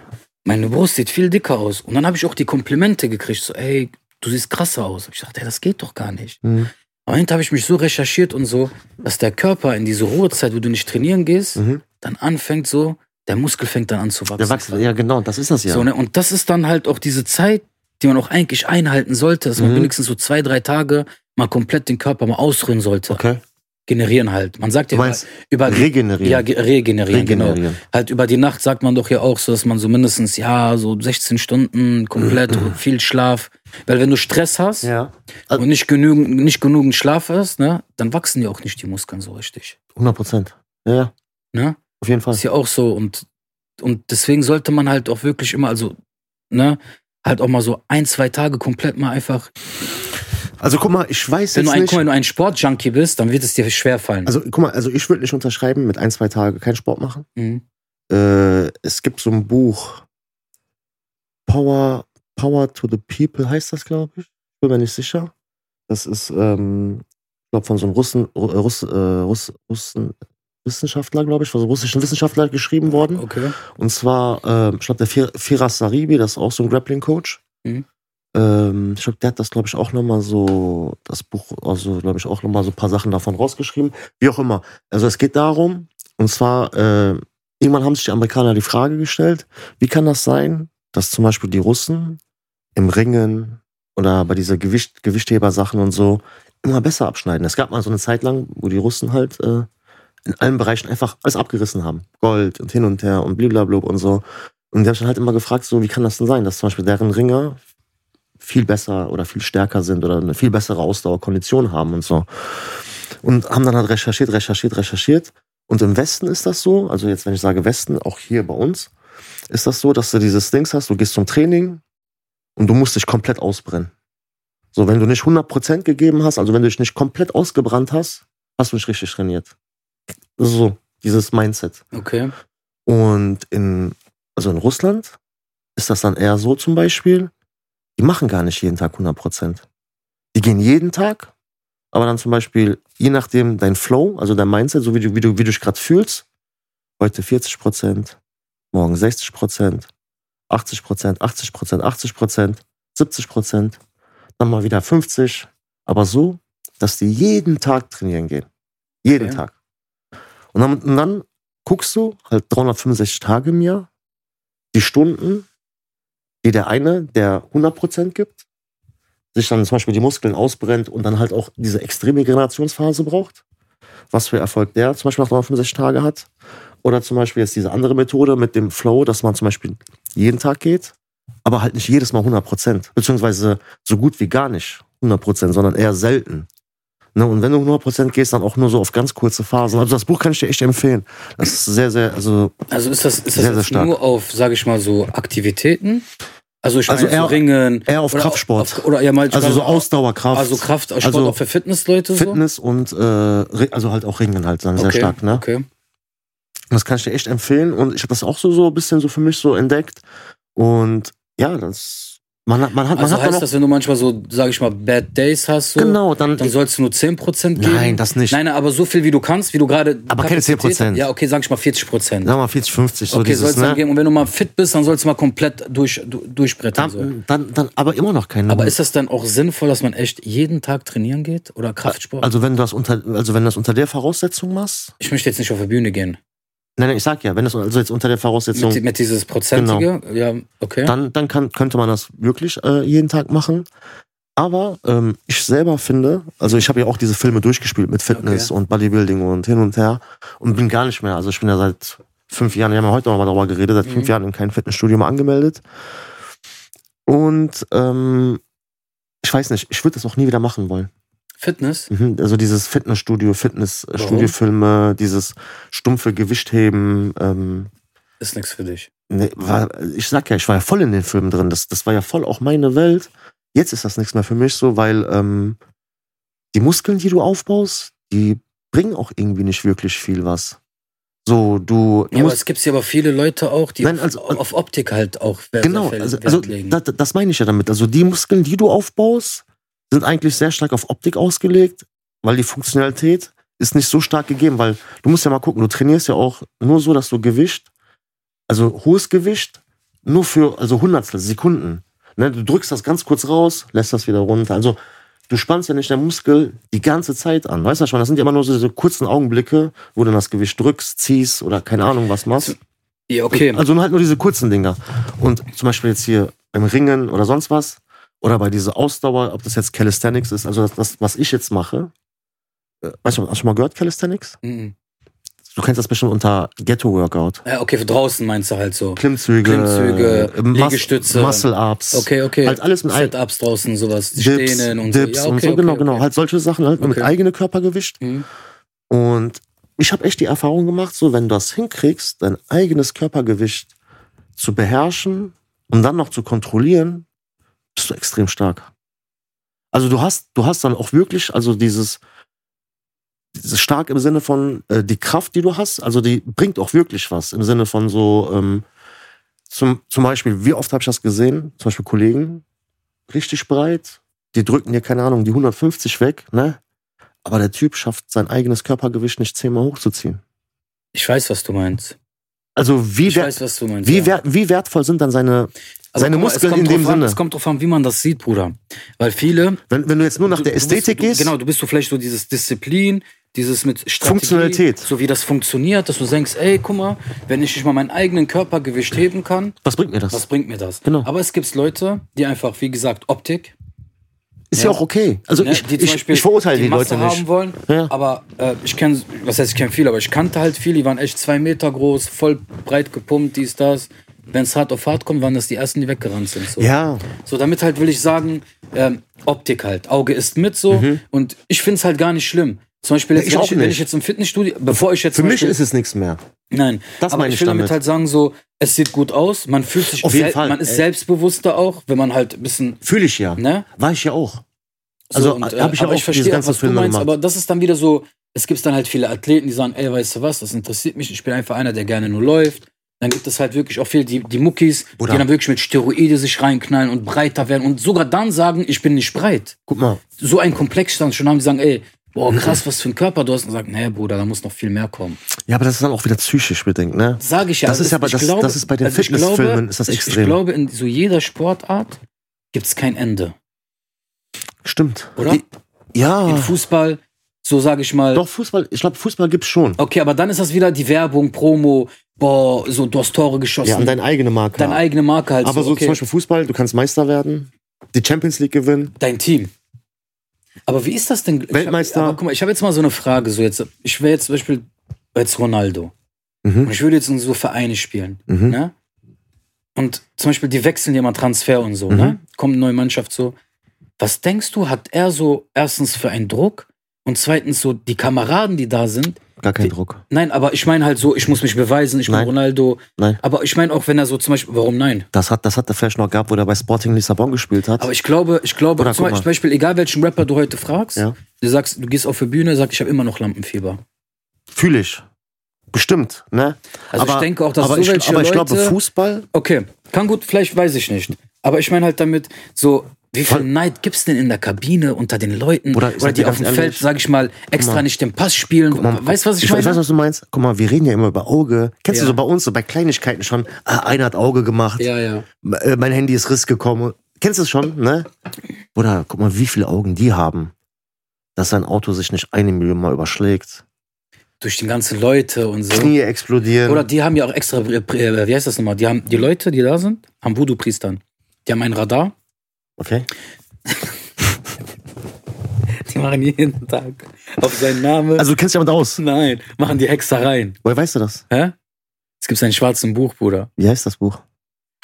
[SPEAKER 1] Meine Brust sieht viel dicker aus. Und dann habe ich auch die Komplimente gekriegt, so, ey, du siehst krasser aus. Und ich dachte, ey, das geht doch gar nicht.
[SPEAKER 2] Mhm.
[SPEAKER 1] Aber hinterher habe ich mich so recherchiert und so, dass der Körper in diese Ruhezeit, wo du nicht trainieren gehst,
[SPEAKER 2] Mhm.
[SPEAKER 1] dann anfängt so, der Muskel fängt dann an zu wachsen.
[SPEAKER 2] Der wächst, ja, genau, das ist das ja.
[SPEAKER 1] So, ne? Und das ist dann halt auch diese Zeit, die man auch eigentlich einhalten sollte, dass man
[SPEAKER 2] Mhm.
[SPEAKER 1] wenigstens so zwei, drei Tage mal komplett den Körper mal ausruhen sollte.
[SPEAKER 2] Okay.
[SPEAKER 1] Generieren halt. Man sagt
[SPEAKER 2] Du
[SPEAKER 1] ja über,
[SPEAKER 2] meinst
[SPEAKER 1] über
[SPEAKER 2] regenerieren.
[SPEAKER 1] ja, ge- regenerieren, genau.
[SPEAKER 2] regenerieren.
[SPEAKER 1] Halt über die Nacht sagt man doch ja auch so, dass man so mindestens, ja, so 16 Stunden komplett viel Schlaf. Weil wenn du Stress hast
[SPEAKER 2] Mhm. Ja. Also,
[SPEAKER 1] und nicht genügend, nicht genügend Schlaf hast, ne, dann wachsen ja auch nicht die Muskeln so richtig.
[SPEAKER 2] 100 Prozent. Ja, ja.
[SPEAKER 1] Ne?
[SPEAKER 2] Auf jeden Fall.
[SPEAKER 1] Ist ja auch so. Und, und deswegen sollte man halt auch wirklich immer, also, ne, halt auch mal so ein, zwei Tage komplett mal einfach.
[SPEAKER 2] Also guck mal, ich weiß
[SPEAKER 1] Wenn du,
[SPEAKER 2] jetzt
[SPEAKER 1] ein, guck mal,
[SPEAKER 2] nicht.
[SPEAKER 1] wenn du ein Sportjunkie bist, dann wird es dir schwerfallen.
[SPEAKER 2] Also guck mal, also ich würde nicht unterschreiben, mit ein, zwei Tagen keinen Sport machen.
[SPEAKER 1] mhm.
[SPEAKER 2] Äh, es gibt so ein Buch, Power, Power to the People heißt das, glaube ich. Bin mir nicht sicher. Das ist, ähm, ich glaube, von so einem Russen, Ru- äh, Russ, äh, Russ, Russen, Wissenschaftler, glaube ich, von so einem russischen Wissenschaftler geschrieben worden.
[SPEAKER 1] Okay.
[SPEAKER 2] Und zwar, ähm, ich glaube, der Fir- Firas Saribi, das ist auch so ein Grappling-Coach.
[SPEAKER 1] Mhm.
[SPEAKER 2] Ähm, ich glaube, der hat das, glaube ich, auch nochmal so, das Buch, also, glaube ich, auch nochmal so ein paar Sachen davon rausgeschrieben. Wie auch immer. Also, es geht darum, und zwar, äh, irgendwann haben sich die Amerikaner die Frage gestellt, wie kann das sein, dass zum Beispiel die Russen im Ringen oder bei dieser Gewicht, Gewichtheber-Sachen und so immer besser abschneiden. Es gab mal so eine Zeit lang, wo die Russen halt äh, in allen Bereichen einfach alles abgerissen haben. Gold und hin und her und blablabla und so. Und die haben sich dann halt immer gefragt, so, wie kann das denn sein, dass zum Beispiel deren Ringer viel besser oder viel stärker sind oder eine viel bessere Ausdauer, Kondition haben und so. Und haben dann halt recherchiert, recherchiert, recherchiert. Und im Westen ist das so, also jetzt, wenn ich sage Westen, auch hier bei uns, ist das so, dass du dieses Dings hast, du gehst zum Training und du musst dich komplett ausbrennen. So, wenn du nicht 100% gegeben hast, also wenn du dich nicht komplett ausgebrannt hast, hast du nicht richtig trainiert. So, dieses Mindset.
[SPEAKER 1] Okay.
[SPEAKER 2] Und in, also in Russland ist das dann eher so zum Beispiel, die machen gar nicht jeden Tag 100 Prozent. Die gehen jeden Tag, aber dann zum Beispiel, je nachdem dein Flow, also dein Mindset, so wie du, wie du, wie du dich gerade fühlst, heute 40 Prozent, morgen 60 Prozent, 80 Prozent, 80 Prozent, 80 Prozent, 70 Prozent, dann mal wieder 50, aber so, dass die jeden Tag trainieren gehen. Jeden
[SPEAKER 1] Okay.
[SPEAKER 2] Tag. Und dann, und dann guckst du halt 365 Tage im Jahr, die Stunden, die der eine, der 100% gibt, sich dann zum Beispiel die Muskeln ausbrennt und dann halt auch diese extreme Regenerationsphase braucht, was für Erfolg der zum Beispiel nach 365 Tage hat. Oder zum Beispiel jetzt diese andere Methode mit dem Flow, dass man zum Beispiel jeden Tag geht, aber halt nicht jedes Mal 100%, beziehungsweise so gut wie gar nicht 100%, sondern eher selten. Ne, und wenn du 100% gehst, dann auch nur so auf ganz kurze Phasen. Also das Buch kann ich dir echt empfehlen. Das ist sehr, sehr, also
[SPEAKER 1] Also ist das, ist das
[SPEAKER 2] Sehr, sehr
[SPEAKER 1] jetzt
[SPEAKER 2] stark.
[SPEAKER 1] nur auf, sage ich mal, so Aktivitäten? Also ich
[SPEAKER 2] Also
[SPEAKER 1] meine, so
[SPEAKER 2] eher-
[SPEAKER 1] Ringen.
[SPEAKER 2] eher auf
[SPEAKER 1] oder
[SPEAKER 2] Kraftsport.
[SPEAKER 1] auf- oder ja, mal, ich
[SPEAKER 2] also
[SPEAKER 1] meine,
[SPEAKER 2] so Ausdauerkraft.
[SPEAKER 1] Also Kraft, Sport
[SPEAKER 2] Also
[SPEAKER 1] auch für Fitnessleute
[SPEAKER 2] Fitness und äh, Re- also halt auch Ringen halt dann
[SPEAKER 1] so?
[SPEAKER 2] sehr stark, ne?
[SPEAKER 1] Okay.
[SPEAKER 2] Das kann ich dir echt empfehlen und ich habe das auch so so ein bisschen so für mich so entdeckt und ja, das man hat man hat
[SPEAKER 1] Also
[SPEAKER 2] man hat
[SPEAKER 1] heißt
[SPEAKER 2] dann auch,
[SPEAKER 1] das, wenn du manchmal so, sage ich mal, Bad Days hast, so,
[SPEAKER 2] genau dann,
[SPEAKER 1] dann sollst du nur 10% geben?
[SPEAKER 2] nein das nicht
[SPEAKER 1] Nein, nein, aber so viel wie du kannst, wie du gerade.
[SPEAKER 2] Aber keine
[SPEAKER 1] Kapazität-
[SPEAKER 2] 10%.
[SPEAKER 1] Ja, okay, sag ich mal 40 Prozent.
[SPEAKER 2] sag mal 40 50
[SPEAKER 1] okay,
[SPEAKER 2] so
[SPEAKER 1] soll
[SPEAKER 2] dieses
[SPEAKER 1] es dann
[SPEAKER 2] ne
[SPEAKER 1] geben. Und wenn du mal fit bist, dann sollst du mal komplett durch, du, durchbrettern. So.
[SPEAKER 2] dann, dann dann aber immer noch kein
[SPEAKER 1] Aber ist das dann auch sinnvoll, dass man echt jeden Tag trainieren geht? Oder Kraftsport?
[SPEAKER 2] also wenn du das unter also wenn du das unter der Voraussetzung machst
[SPEAKER 1] ich möchte jetzt nicht auf die Bühne gehen.
[SPEAKER 2] nein nein ich sag ja wenn das also Genau. jetzt unter der
[SPEAKER 1] Mit,
[SPEAKER 2] Voraussetzung
[SPEAKER 1] di- mit dieses Prozentige? Ja, okay.
[SPEAKER 2] dann, dann kann, könnte man das wirklich äh, jeden Tag machen. Aber ähm, ich selber finde, also ich habe ja auch diese Filme durchgespielt mit Fitness und Bodybuilding und hin und her und bin gar nicht mehr. Also ich bin ja seit fünf Jahren, wir haben ja heute noch mal darüber geredet, seit fünf
[SPEAKER 1] Mhm.
[SPEAKER 2] Jahren in kein Fitnessstudio mehr angemeldet. Und ähm, ich weiß nicht, ich würde das auch nie wieder machen wollen.
[SPEAKER 1] Fitness?
[SPEAKER 2] Mhm, Also dieses Fitnessstudio,
[SPEAKER 1] Warum?
[SPEAKER 2] Fitnessstudio-Filme, dieses stumpfe Gewichtheben. Ähm,
[SPEAKER 1] Ist nichts für dich.
[SPEAKER 2] nee, war, ich sag ja, ich war ja voll in den Filmen drin. Das, das war ja voll auch meine Welt. Jetzt ist das nichts mehr für mich so, weil ähm, die Muskeln, die du aufbaust, die bringen auch irgendwie nicht wirklich viel was. So, du, du
[SPEAKER 1] Ja, aber
[SPEAKER 2] musst
[SPEAKER 1] es gibt ja aber viele Leute auch, die
[SPEAKER 2] Nein,
[SPEAKER 1] auf-
[SPEAKER 2] also-
[SPEAKER 1] auf, auf Optik halt auch Wert,
[SPEAKER 2] Genau,
[SPEAKER 1] Wert
[SPEAKER 2] also, also
[SPEAKER 1] legen.
[SPEAKER 2] das, das meine ich ja damit. Also die Muskeln, die du aufbaust, sind eigentlich sehr stark auf Optik ausgelegt, weil die Funktionalität ist nicht so stark gegeben, weil du musst ja mal gucken, du trainierst ja auch nur so, dass du Gewicht, also hohes Gewicht, nur für also Hundertstel Sekunden. Ne? Du drückst das ganz kurz raus, lässt das wieder runter. Also du spannst ja nicht den Muskel die ganze Zeit an. Weißt du schon, das sind ja immer nur so diese kurzen Augenblicke, wo du dann das Gewicht drückst, ziehst oder keine Ahnung was machst.
[SPEAKER 1] ja, okay.
[SPEAKER 2] Also nur halt nur diese kurzen Dinger. Und zum Beispiel jetzt hier beim Ringen oder sonst was. Oder bei dieser Ausdauer, ob das jetzt Calisthenics ist, also das, das was ich jetzt mache. äh, Weißt du, hast du schon mal gehört, Calisthenics?
[SPEAKER 1] Mhm.
[SPEAKER 2] Du kennst das bestimmt unter Ghetto-Workout.
[SPEAKER 1] ja, okay, für draußen meinst du halt so.
[SPEAKER 2] Klimmzüge,
[SPEAKER 1] Klimmzüge,
[SPEAKER 2] äh, Mus-
[SPEAKER 1] Liegestütze.
[SPEAKER 2] Muscle-Ups.
[SPEAKER 1] Okay, okay.
[SPEAKER 2] Halt alles mit ein-
[SPEAKER 1] Setups draußen, sowas. Die
[SPEAKER 2] Dips,
[SPEAKER 1] Stehnen und
[SPEAKER 2] Dips
[SPEAKER 1] so. Ja, okay,
[SPEAKER 2] und so,
[SPEAKER 1] okay,
[SPEAKER 2] genau,
[SPEAKER 1] okay.
[SPEAKER 2] genau. Halt solche Sachen halt nur mit
[SPEAKER 1] Okay.
[SPEAKER 2] eigenem Körpergewicht.
[SPEAKER 1] Mhm.
[SPEAKER 2] Und ich habe echt die Erfahrung gemacht, so wenn du das hinkriegst, dein eigenes Körpergewicht zu beherrschen und dann noch zu kontrollieren, bist du extrem stark. Also du hast, du hast dann auch wirklich, also dieses, dieses stark im Sinne von äh, die Kraft, die du hast, also die bringt auch wirklich was im Sinne von so, ähm, zum, zum Beispiel, wie oft habe ich das gesehen? Zum Beispiel Kollegen, richtig breit, die drücken dir, keine Ahnung, die 150 weg, ne? Aber der Typ schafft sein eigenes Körpergewicht nicht zehnmal hochzuziehen.
[SPEAKER 1] Ich weiß, was du meinst.
[SPEAKER 2] Also wie,
[SPEAKER 1] Ich
[SPEAKER 2] wer
[SPEAKER 1] weiß, was du meinst.
[SPEAKER 2] wie,
[SPEAKER 1] ja.
[SPEAKER 2] wer wie wertvoll sind dann seine,
[SPEAKER 1] Aber
[SPEAKER 2] seine
[SPEAKER 1] guck mal, es
[SPEAKER 2] Muskeln
[SPEAKER 1] kommt
[SPEAKER 2] in dem
[SPEAKER 1] drauf an,
[SPEAKER 2] Sinne?
[SPEAKER 1] Es kommt drauf an, wie man das sieht, Bruder. Weil viele.
[SPEAKER 2] Wenn, wenn du jetzt nur nach
[SPEAKER 1] du-
[SPEAKER 2] der
[SPEAKER 1] du bist-
[SPEAKER 2] Ästhetik
[SPEAKER 1] du,
[SPEAKER 2] gehst,
[SPEAKER 1] Genau, du bist so vielleicht so dieses Disziplin, dieses mit Strategie,
[SPEAKER 2] Funktionalität.
[SPEAKER 1] So wie das funktioniert, dass du denkst, ey, guck mal, wenn ich nicht mal meinen eigenen Körpergewicht heben kann,
[SPEAKER 2] was bringt mir das?
[SPEAKER 1] was bringt mir das?
[SPEAKER 2] Genau.
[SPEAKER 1] Aber es gibt Leute, die einfach, wie gesagt, Optik,
[SPEAKER 2] ist ja.
[SPEAKER 1] ja.
[SPEAKER 2] auch okay. Also
[SPEAKER 1] ne,
[SPEAKER 2] ich, ich, ich verurteile die,
[SPEAKER 1] Masse
[SPEAKER 2] Leute
[SPEAKER 1] haben
[SPEAKER 2] nicht.
[SPEAKER 1] wollen.
[SPEAKER 2] Ja.
[SPEAKER 1] Aber äh, ich kenne, was heißt, ich kenne viele, aber ich kannte halt viele, die waren echt zwei Meter groß, voll breit gepumpt, dies, das. Wenn es hart auf hart kommt, waren das die ersten, die weggerannt sind. So.
[SPEAKER 2] Ja,
[SPEAKER 1] So, damit halt will ich sagen, ähm, Optik halt. Auge ist mit so. Und ich finde es halt gar nicht schlimm. Zum Beispiel, jetzt,
[SPEAKER 2] Mhm. Ich
[SPEAKER 1] wenn,
[SPEAKER 2] auch
[SPEAKER 1] ich, wenn
[SPEAKER 2] nicht.
[SPEAKER 1] ich jetzt im Fitnessstudio, bevor ich jetzt.
[SPEAKER 2] für
[SPEAKER 1] zum
[SPEAKER 2] mich
[SPEAKER 1] Beispiel,
[SPEAKER 2] ist es nichts mehr.
[SPEAKER 1] Nein,
[SPEAKER 2] Das
[SPEAKER 1] aber
[SPEAKER 2] meine
[SPEAKER 1] ich
[SPEAKER 2] ich
[SPEAKER 1] will damit
[SPEAKER 2] damit.
[SPEAKER 1] halt sagen, so, es sieht gut aus. Man fühlt sich.
[SPEAKER 2] Auf jeden
[SPEAKER 1] sel-
[SPEAKER 2] Fall,
[SPEAKER 1] Man ist
[SPEAKER 2] ey.
[SPEAKER 1] selbstbewusster auch, wenn man halt ein bisschen.
[SPEAKER 2] Fühle ich ja.
[SPEAKER 1] Ne?
[SPEAKER 2] War ich ja auch.
[SPEAKER 1] So,
[SPEAKER 2] Also,
[SPEAKER 1] und,
[SPEAKER 2] hab ich ja
[SPEAKER 1] äh, aber
[SPEAKER 2] auch diese ganzen
[SPEAKER 1] was du
[SPEAKER 2] Filme
[SPEAKER 1] meinst,
[SPEAKER 2] gemacht.
[SPEAKER 1] aber das ist dann wieder so, es gibt dann halt viele Athleten, die sagen, ey, weißt du was, das interessiert mich, ich bin einfach einer, der gerne nur läuft. Dann gibt es halt wirklich auch viele, die, die Muckis,
[SPEAKER 2] Bruder.
[SPEAKER 1] die dann wirklich mit Steroide sich reinknallen und breiter werden und sogar dann sagen, ich bin nicht breit.
[SPEAKER 2] Guck mal,
[SPEAKER 1] So ein Komplex dann schon haben, die sagen, ey,
[SPEAKER 2] Mhm.
[SPEAKER 1] boah, krass, was für ein Körper du hast. Und sagen, nee, Bruder, da muss noch viel mehr kommen.
[SPEAKER 2] ja, aber das ist dann auch wieder psychisch bedingt, ne?
[SPEAKER 1] Sage ich ja. also
[SPEAKER 2] Das ist ja aber-
[SPEAKER 1] ich also
[SPEAKER 2] das- das ist bei den
[SPEAKER 1] ich
[SPEAKER 2] Fitnessfilmen
[SPEAKER 1] glaube-
[SPEAKER 2] ist das
[SPEAKER 1] ich- Ich
[SPEAKER 2] extrem.
[SPEAKER 1] glaube, in so jeder Sportart gibt es kein Ende,
[SPEAKER 2] Stimmt.
[SPEAKER 1] oder?
[SPEAKER 2] Die- Ja.
[SPEAKER 1] In Fußball, so sage ich mal,
[SPEAKER 2] Doch, Fußball, ich glaube, Fußball gibt's schon.
[SPEAKER 1] Okay, aber dann ist das wieder die Werbung, Promo, boah, so du hast Tore geschossen.
[SPEAKER 2] Ja, an deine eigene Marke.
[SPEAKER 1] Deine eigene Marke halt.
[SPEAKER 2] aber so
[SPEAKER 1] okay,
[SPEAKER 2] zum Beispiel Fußball, du kannst Meister werden, die Champions League gewinnen.
[SPEAKER 1] dein Team. Aber wie ist das denn? Ich
[SPEAKER 2] Weltmeister.
[SPEAKER 1] Hab, aber guck mal, ich habe jetzt mal so eine Frage. So jetzt, ich wäre jetzt zum Beispiel jetzt Ronaldo. Und
[SPEAKER 2] Mhm.
[SPEAKER 1] ich würde jetzt in so Vereine spielen.
[SPEAKER 2] Mhm.
[SPEAKER 1] Ne? Und zum Beispiel, die wechseln ja mal Transfer und so,
[SPEAKER 2] Mhm.
[SPEAKER 1] ne? Kommt eine neue Mannschaft so. Was denkst du, hat er so erstens für einen Druck und zweitens so die Kameraden, die da sind,
[SPEAKER 2] Gar kein Druck.
[SPEAKER 1] Nein, aber ich meine halt so, ich muss mich beweisen, ich
[SPEAKER 2] Nein.
[SPEAKER 1] bin Ronaldo.
[SPEAKER 2] Nein.
[SPEAKER 1] Aber ich meine auch, wenn er so zum Beispiel, warum nein?
[SPEAKER 2] Das hat, das hat der Flash noch gehabt, wo er bei Sporting Lissabon gespielt hat.
[SPEAKER 1] Aber ich glaube, ich glaube,
[SPEAKER 2] Oder
[SPEAKER 1] zum
[SPEAKER 2] guck mal.
[SPEAKER 1] Beispiel, Beispiel, egal welchen Rapper du heute fragst,
[SPEAKER 2] Ja.
[SPEAKER 1] du sagst, du gehst auf die Bühne, sagst, ich habe immer noch Lampenfieber.
[SPEAKER 2] Fühle ich. Bestimmt, ne?
[SPEAKER 1] Also ich denke auch, dass
[SPEAKER 2] aber
[SPEAKER 1] so
[SPEAKER 2] ich,
[SPEAKER 1] welche
[SPEAKER 2] Aber ich
[SPEAKER 1] Leute-
[SPEAKER 2] glaube, Fußball,
[SPEAKER 1] Okay, kann gut, vielleicht weiß ich nicht. Aber ich meine halt damit, so, wie viel
[SPEAKER 2] Voll.
[SPEAKER 1] Neid gibt's denn in der Kabine unter den Leuten
[SPEAKER 2] Oder
[SPEAKER 1] oder,
[SPEAKER 2] ich sag
[SPEAKER 1] die
[SPEAKER 2] dir
[SPEAKER 1] auf
[SPEAKER 2] ganz
[SPEAKER 1] dem
[SPEAKER 2] ehrlich,
[SPEAKER 1] Feld, sag ich mal, extra
[SPEAKER 2] mal.
[SPEAKER 1] nicht den Pass spielen?
[SPEAKER 2] mal,
[SPEAKER 1] weißt du, was ich,
[SPEAKER 2] ich
[SPEAKER 1] meine?
[SPEAKER 2] weiß, was du meinst. Guck mal, wir reden ja immer über Auge. Kennst
[SPEAKER 1] Ja.
[SPEAKER 2] du so bei uns, so bei Kleinigkeiten schon, ah, einer hat Auge gemacht,
[SPEAKER 1] ja, ja.
[SPEAKER 2] m- äh, mein Handy ist Riss gekommen. Kennst du es schon, ne? Oder guck mal, wie viele Augen die haben, dass sein Auto sich nicht eine Million Mal überschlägt.
[SPEAKER 1] Durch die ganzen Leute und so.
[SPEAKER 2] Knie explodieren.
[SPEAKER 1] Oder die haben ja auch extra, äh, wie heißt das nochmal? Die haben die Leute, die da sind, haben Voodoo-Priestern. Die haben ein Radar.
[SPEAKER 2] okay.
[SPEAKER 1] Die machen jeden Tag auf seinen Namen.
[SPEAKER 2] Also du kennst dich damit aus.
[SPEAKER 1] Nein, machen die Hexereien.
[SPEAKER 2] Woher weißt du das?
[SPEAKER 1] Hä? Es gibt einen schwarzen Buch, Bruder.
[SPEAKER 2] Wie heißt das Buch?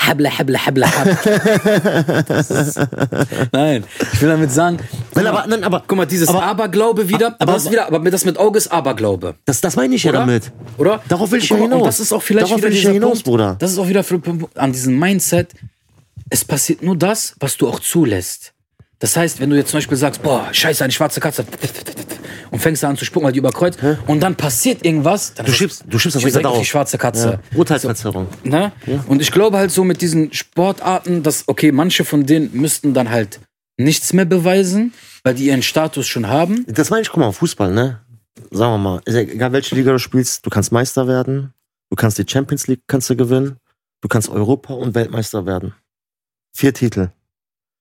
[SPEAKER 1] Habla, habla, habla, habla. ist-
[SPEAKER 2] nein,
[SPEAKER 1] Nein, ich will damit sagen,
[SPEAKER 2] aber, nein, aber
[SPEAKER 1] guck mal, dieses
[SPEAKER 2] Aber-
[SPEAKER 1] Aberglaube wieder, aber,
[SPEAKER 2] aber-
[SPEAKER 1] das wieder, aber das mit Auge ist Aberglaube,
[SPEAKER 2] das, das meine ich ja
[SPEAKER 1] Oder?
[SPEAKER 2] damit.
[SPEAKER 1] oder?
[SPEAKER 2] Darauf will ich
[SPEAKER 1] Guck
[SPEAKER 2] ja
[SPEAKER 1] mal,
[SPEAKER 2] hinaus.
[SPEAKER 1] Und das ist auch vielleicht
[SPEAKER 2] Darauf
[SPEAKER 1] wieder
[SPEAKER 2] will ich ja
[SPEAKER 1] dieser
[SPEAKER 2] hinaus,
[SPEAKER 1] Punkt,
[SPEAKER 2] Bruder.
[SPEAKER 1] Das ist auch wieder für, an diesem Mindset. Es passiert nur das, was du auch zulässt. Das heißt, wenn du jetzt zum Beispiel sagst, boah, scheiße, eine schwarze Katze, und fängst da an zu spucken, weil die überkreuzt, und dann passiert irgendwas, dann
[SPEAKER 2] Du
[SPEAKER 1] ist-
[SPEAKER 2] schiebst, du schiebst das
[SPEAKER 1] ich
[SPEAKER 2] nicht
[SPEAKER 1] sag
[SPEAKER 2] da
[SPEAKER 1] auf
[SPEAKER 2] auf.
[SPEAKER 1] die schwarze Katze.
[SPEAKER 2] Ja. Urteilsverzerrung.
[SPEAKER 1] Ne? Und ich glaube halt so mit diesen Sportarten, dass, okay, manche von denen müssten dann halt nichts mehr beweisen, weil die ihren Status schon haben.
[SPEAKER 2] Das meine ich, guck mal, Fußball, ne? Sagen wir mal, ist ja egal welche Liga du spielst, du kannst Meister werden, du kannst die Champions League kannst du gewinnen, du kannst Europa und Weltmeister werden. Vier Titel.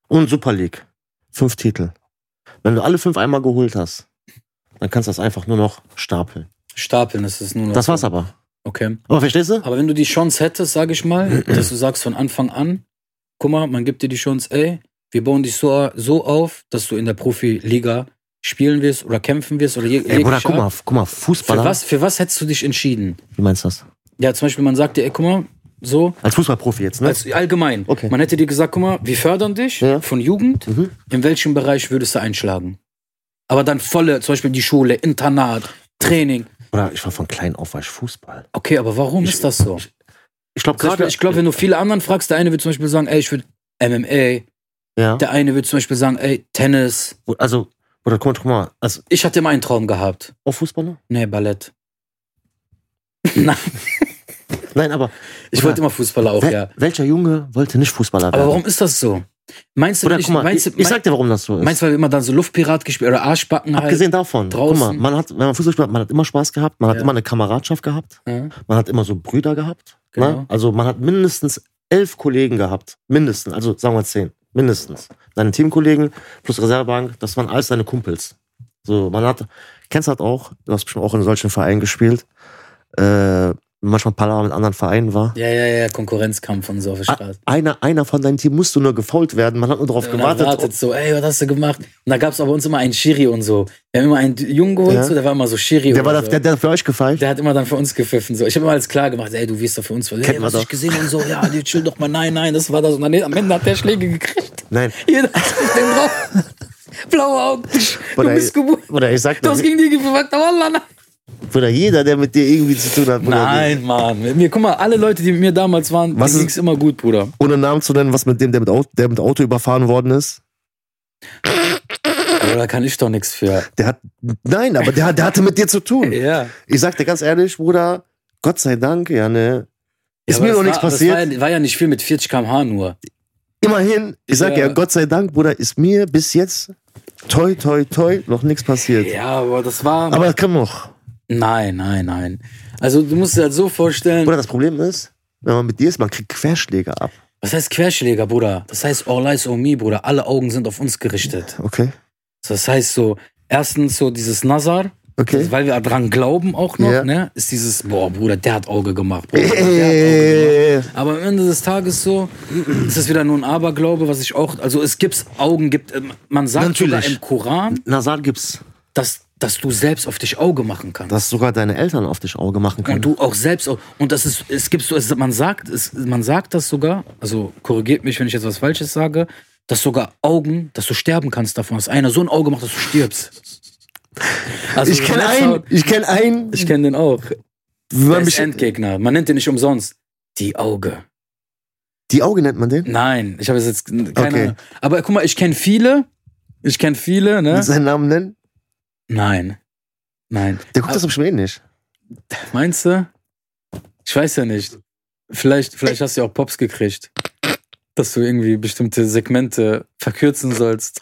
[SPEAKER 2] Und Super League. Fünf Titel. Wenn du alle fünf einmal geholt hast, dann kannst du das einfach nur noch stapeln.
[SPEAKER 1] Stapeln ist es nur noch.
[SPEAKER 2] Das war's
[SPEAKER 1] so.
[SPEAKER 2] aber.
[SPEAKER 1] Okay.
[SPEAKER 2] Aber verstehst du?
[SPEAKER 1] Aber wenn du die Chance hättest, sage ich mal, dass du sagst von Anfang an, guck mal, man gibt dir die Chance, ey, wir bauen dich so, so auf, dass du in der Profiliga spielen wirst oder kämpfen wirst oder je,
[SPEAKER 2] Ey, Bruder,
[SPEAKER 1] jegliche
[SPEAKER 2] guck mal,
[SPEAKER 1] Art.
[SPEAKER 2] guck mal,
[SPEAKER 1] Für
[SPEAKER 2] Fußballer.
[SPEAKER 1] was, für was hättest du dich entschieden?
[SPEAKER 2] Wie meinst du das?
[SPEAKER 1] Ja, zum Beispiel, man sagt dir, ey, guck mal, so,
[SPEAKER 2] Als Fußballprofi jetzt, ne?
[SPEAKER 1] Als allgemein.
[SPEAKER 2] Okay.
[SPEAKER 1] Man hätte dir gesagt, guck mal, wir fördern dich
[SPEAKER 2] Ja.
[SPEAKER 1] von Jugend.
[SPEAKER 2] Mhm.
[SPEAKER 1] In welchem Bereich würdest du einschlagen? Aber dann volle, zum Beispiel die Schule, Internat, Training.
[SPEAKER 2] Oder ich war von klein auf, war ich Fußball.
[SPEAKER 1] Okay, aber warum ist das so?
[SPEAKER 2] Ich glaube,
[SPEAKER 1] Zum Beispiel,
[SPEAKER 2] gerade.
[SPEAKER 1] ich glaube, wenn du viele anderen fragst, der eine wird zum Beispiel sagen, ey, ich würde MMA.
[SPEAKER 2] ja.
[SPEAKER 1] Der eine wird zum Beispiel sagen, ey, Tennis.
[SPEAKER 2] Also, Bruder, guck mal, guck mal, also,
[SPEAKER 1] Ich hatte immer einen Traum gehabt.
[SPEAKER 2] auch Fußballer?
[SPEAKER 1] Nee, Ballett. Nein,
[SPEAKER 2] Nein, aber
[SPEAKER 1] ich
[SPEAKER 2] Bruder,
[SPEAKER 1] wollte immer Fußballer auch,
[SPEAKER 2] Wel
[SPEAKER 1] ja.
[SPEAKER 2] Welcher Junge wollte nicht Fußballer werden?
[SPEAKER 1] Aber warum ist das so? Meinst du,
[SPEAKER 2] Oder
[SPEAKER 1] ich,
[SPEAKER 2] guck mal,
[SPEAKER 1] meinst, du-
[SPEAKER 2] ich, ich sag dir, warum das so ist.
[SPEAKER 1] meinst du, weil wir immer dann so Luftpirat gespielt oder Arschbacken halt?
[SPEAKER 2] Abgesehen davon,
[SPEAKER 1] draußen?
[SPEAKER 2] guck mal, man hat, wenn man Fußball spielt, man hat immer Spaß gehabt, man hat
[SPEAKER 1] Ja.
[SPEAKER 2] immer eine Kameradschaft gehabt,
[SPEAKER 1] Ja.
[SPEAKER 2] man hat immer so Brüder gehabt.
[SPEAKER 1] Genau.
[SPEAKER 2] Ne? Also man hat mindestens elf Kollegen gehabt. Mindestens, also sagen wir zehn. Mindestens. Deine Teamkollegen plus Reservebank, das waren alles deine Kumpels. So, man hat, kennst du das auch, du hast bestimmt auch in solchen Vereinen gespielt, äh, manchmal Palabra mit anderen Vereinen war.
[SPEAKER 1] Ja, ja, ja, Konkurrenzkampf und so auf der
[SPEAKER 2] Ah,
[SPEAKER 1] Straße.
[SPEAKER 2] Einer, einer von deinem Team musste nur gefault werden, man hat nur darauf
[SPEAKER 1] Und dann
[SPEAKER 2] gewartet,
[SPEAKER 1] wartet so, ey, was hast du gemacht? Und da gab es bei uns immer einen Schiri und so. Wir haben immer einen Jungen geholt,
[SPEAKER 2] Ja.
[SPEAKER 1] so, der war immer so Schiri
[SPEAKER 2] Der,
[SPEAKER 1] oder
[SPEAKER 2] war da,
[SPEAKER 1] so.
[SPEAKER 2] der, der hat für euch gefallen.
[SPEAKER 1] Der hat immer dann für uns gepfiffen. So. Ich habe immer alles klar gemacht, ey, du wirst doch für uns verletzt.
[SPEAKER 2] Kennt
[SPEAKER 1] Ey,
[SPEAKER 2] man
[SPEAKER 1] was ich
[SPEAKER 2] doch.
[SPEAKER 1] gesehen und so, ja, nee, chill doch mal, nein, nein, das war das. Und dann, nee, am Ende hat der Schläge gekriegt.
[SPEAKER 2] Nein.
[SPEAKER 1] Jeder hat mit dem drauf. Blaue Augen. Du
[SPEAKER 2] Oder,
[SPEAKER 1] bist geboren.
[SPEAKER 2] oder ich sag
[SPEAKER 1] Du hast
[SPEAKER 2] dir,
[SPEAKER 1] gegen die gefragt, aber Allah, nein.
[SPEAKER 2] oder jeder, der mit dir irgendwie zu tun hat, Bruder,
[SPEAKER 1] Nein, Mann. Mit mir, guck mal, alle Leute, die mit mir damals waren,
[SPEAKER 2] Was
[SPEAKER 1] denen
[SPEAKER 2] ist-
[SPEAKER 1] ging's immer gut, Bruder.
[SPEAKER 2] ohne Namen zu nennen, was mit dem, der mit, Auto, der mit Auto überfahren worden ist,
[SPEAKER 1] Bruder, da kann ich doch nichts für.
[SPEAKER 2] der hat, nein, aber der, hat- der hatte mit dir zu tun.
[SPEAKER 1] Ja.
[SPEAKER 2] Ich sag dir ganz ehrlich, Bruder, Gott sei Dank, ja, ne, ist
[SPEAKER 1] Ja, aber
[SPEAKER 2] mir
[SPEAKER 1] das
[SPEAKER 2] noch nichts
[SPEAKER 1] war-
[SPEAKER 2] passiert.
[SPEAKER 1] Das war ja, war ja nicht viel mit 40 km/h nur.
[SPEAKER 2] Immerhin, ich sag
[SPEAKER 1] Ja.
[SPEAKER 2] ja. Gott sei Dank, Bruder, ist mir bis jetzt, toi, toi, toi, noch nichts passiert.
[SPEAKER 1] Ja, aber das war.
[SPEAKER 2] Aber das kann noch.
[SPEAKER 1] nein, nein, nein. Also du musst dir das so vorstellen.
[SPEAKER 2] Bruder, das Problem ist, wenn man mit dir ist, man kriegt Querschläge ab.
[SPEAKER 1] Was heißt Querschläger, Bruder? Das heißt All Eyes on Me, Bruder. Alle Augen sind auf uns gerichtet.
[SPEAKER 2] Okay,
[SPEAKER 1] Das heißt so, erstens so dieses Nazar.
[SPEAKER 2] okay.
[SPEAKER 1] Weil wir dran glauben auch noch,
[SPEAKER 2] Ja.
[SPEAKER 1] ne? Ist dieses, boah, Bruder, der hat Auge gemacht. Bruder, der hat Auge gemacht.
[SPEAKER 2] Äh,
[SPEAKER 1] Aber am Ende des Tages so, ist das wieder nur ein Aberglaube, was ich auch, also es gibt's Augen, gibt, ähm, man sagt sogar
[SPEAKER 2] Natürlich.
[SPEAKER 1] im Koran,
[SPEAKER 2] Nasal gibt's.
[SPEAKER 1] dass, dass du selbst auf dich Auge machen kannst.
[SPEAKER 2] dass sogar deine Eltern auf dich Auge machen können.
[SPEAKER 1] Und du auch selbst auch. Und das ist, es gibt so, es, man sagt, es, man sagt das sogar, also korrigiert mich, wenn ich jetzt was Falsches sage, dass sogar Augen, dass du sterben kannst davon, dass einer so ein Auge macht, dass du stirbst. Also
[SPEAKER 2] ich kenne
[SPEAKER 1] Netzhaut-
[SPEAKER 2] einen, ich kenne einen,
[SPEAKER 1] Ich kenne den auch.
[SPEAKER 2] wenn
[SPEAKER 1] Der
[SPEAKER 2] man
[SPEAKER 1] ist
[SPEAKER 2] mich,
[SPEAKER 1] Endgegner. Man nennt den nicht umsonst. Die Auge.
[SPEAKER 2] die Augen nennt man den.
[SPEAKER 1] Nein, ich habe jetzt keine
[SPEAKER 2] Okay.
[SPEAKER 1] Ahnung. Aber guck mal, ich kenne viele. Ich kenne viele,
[SPEAKER 2] Willst
[SPEAKER 1] ne?
[SPEAKER 2] du Seinen Namen nennen.
[SPEAKER 1] Nein. Nein.
[SPEAKER 2] Der guckt das eh aber schon ähnlich.
[SPEAKER 1] Meinst du? Ich weiß ja nicht. Vielleicht, vielleicht hast du ja auch Pops gekriegt. Dass du irgendwie bestimmte Segmente verkürzen sollst.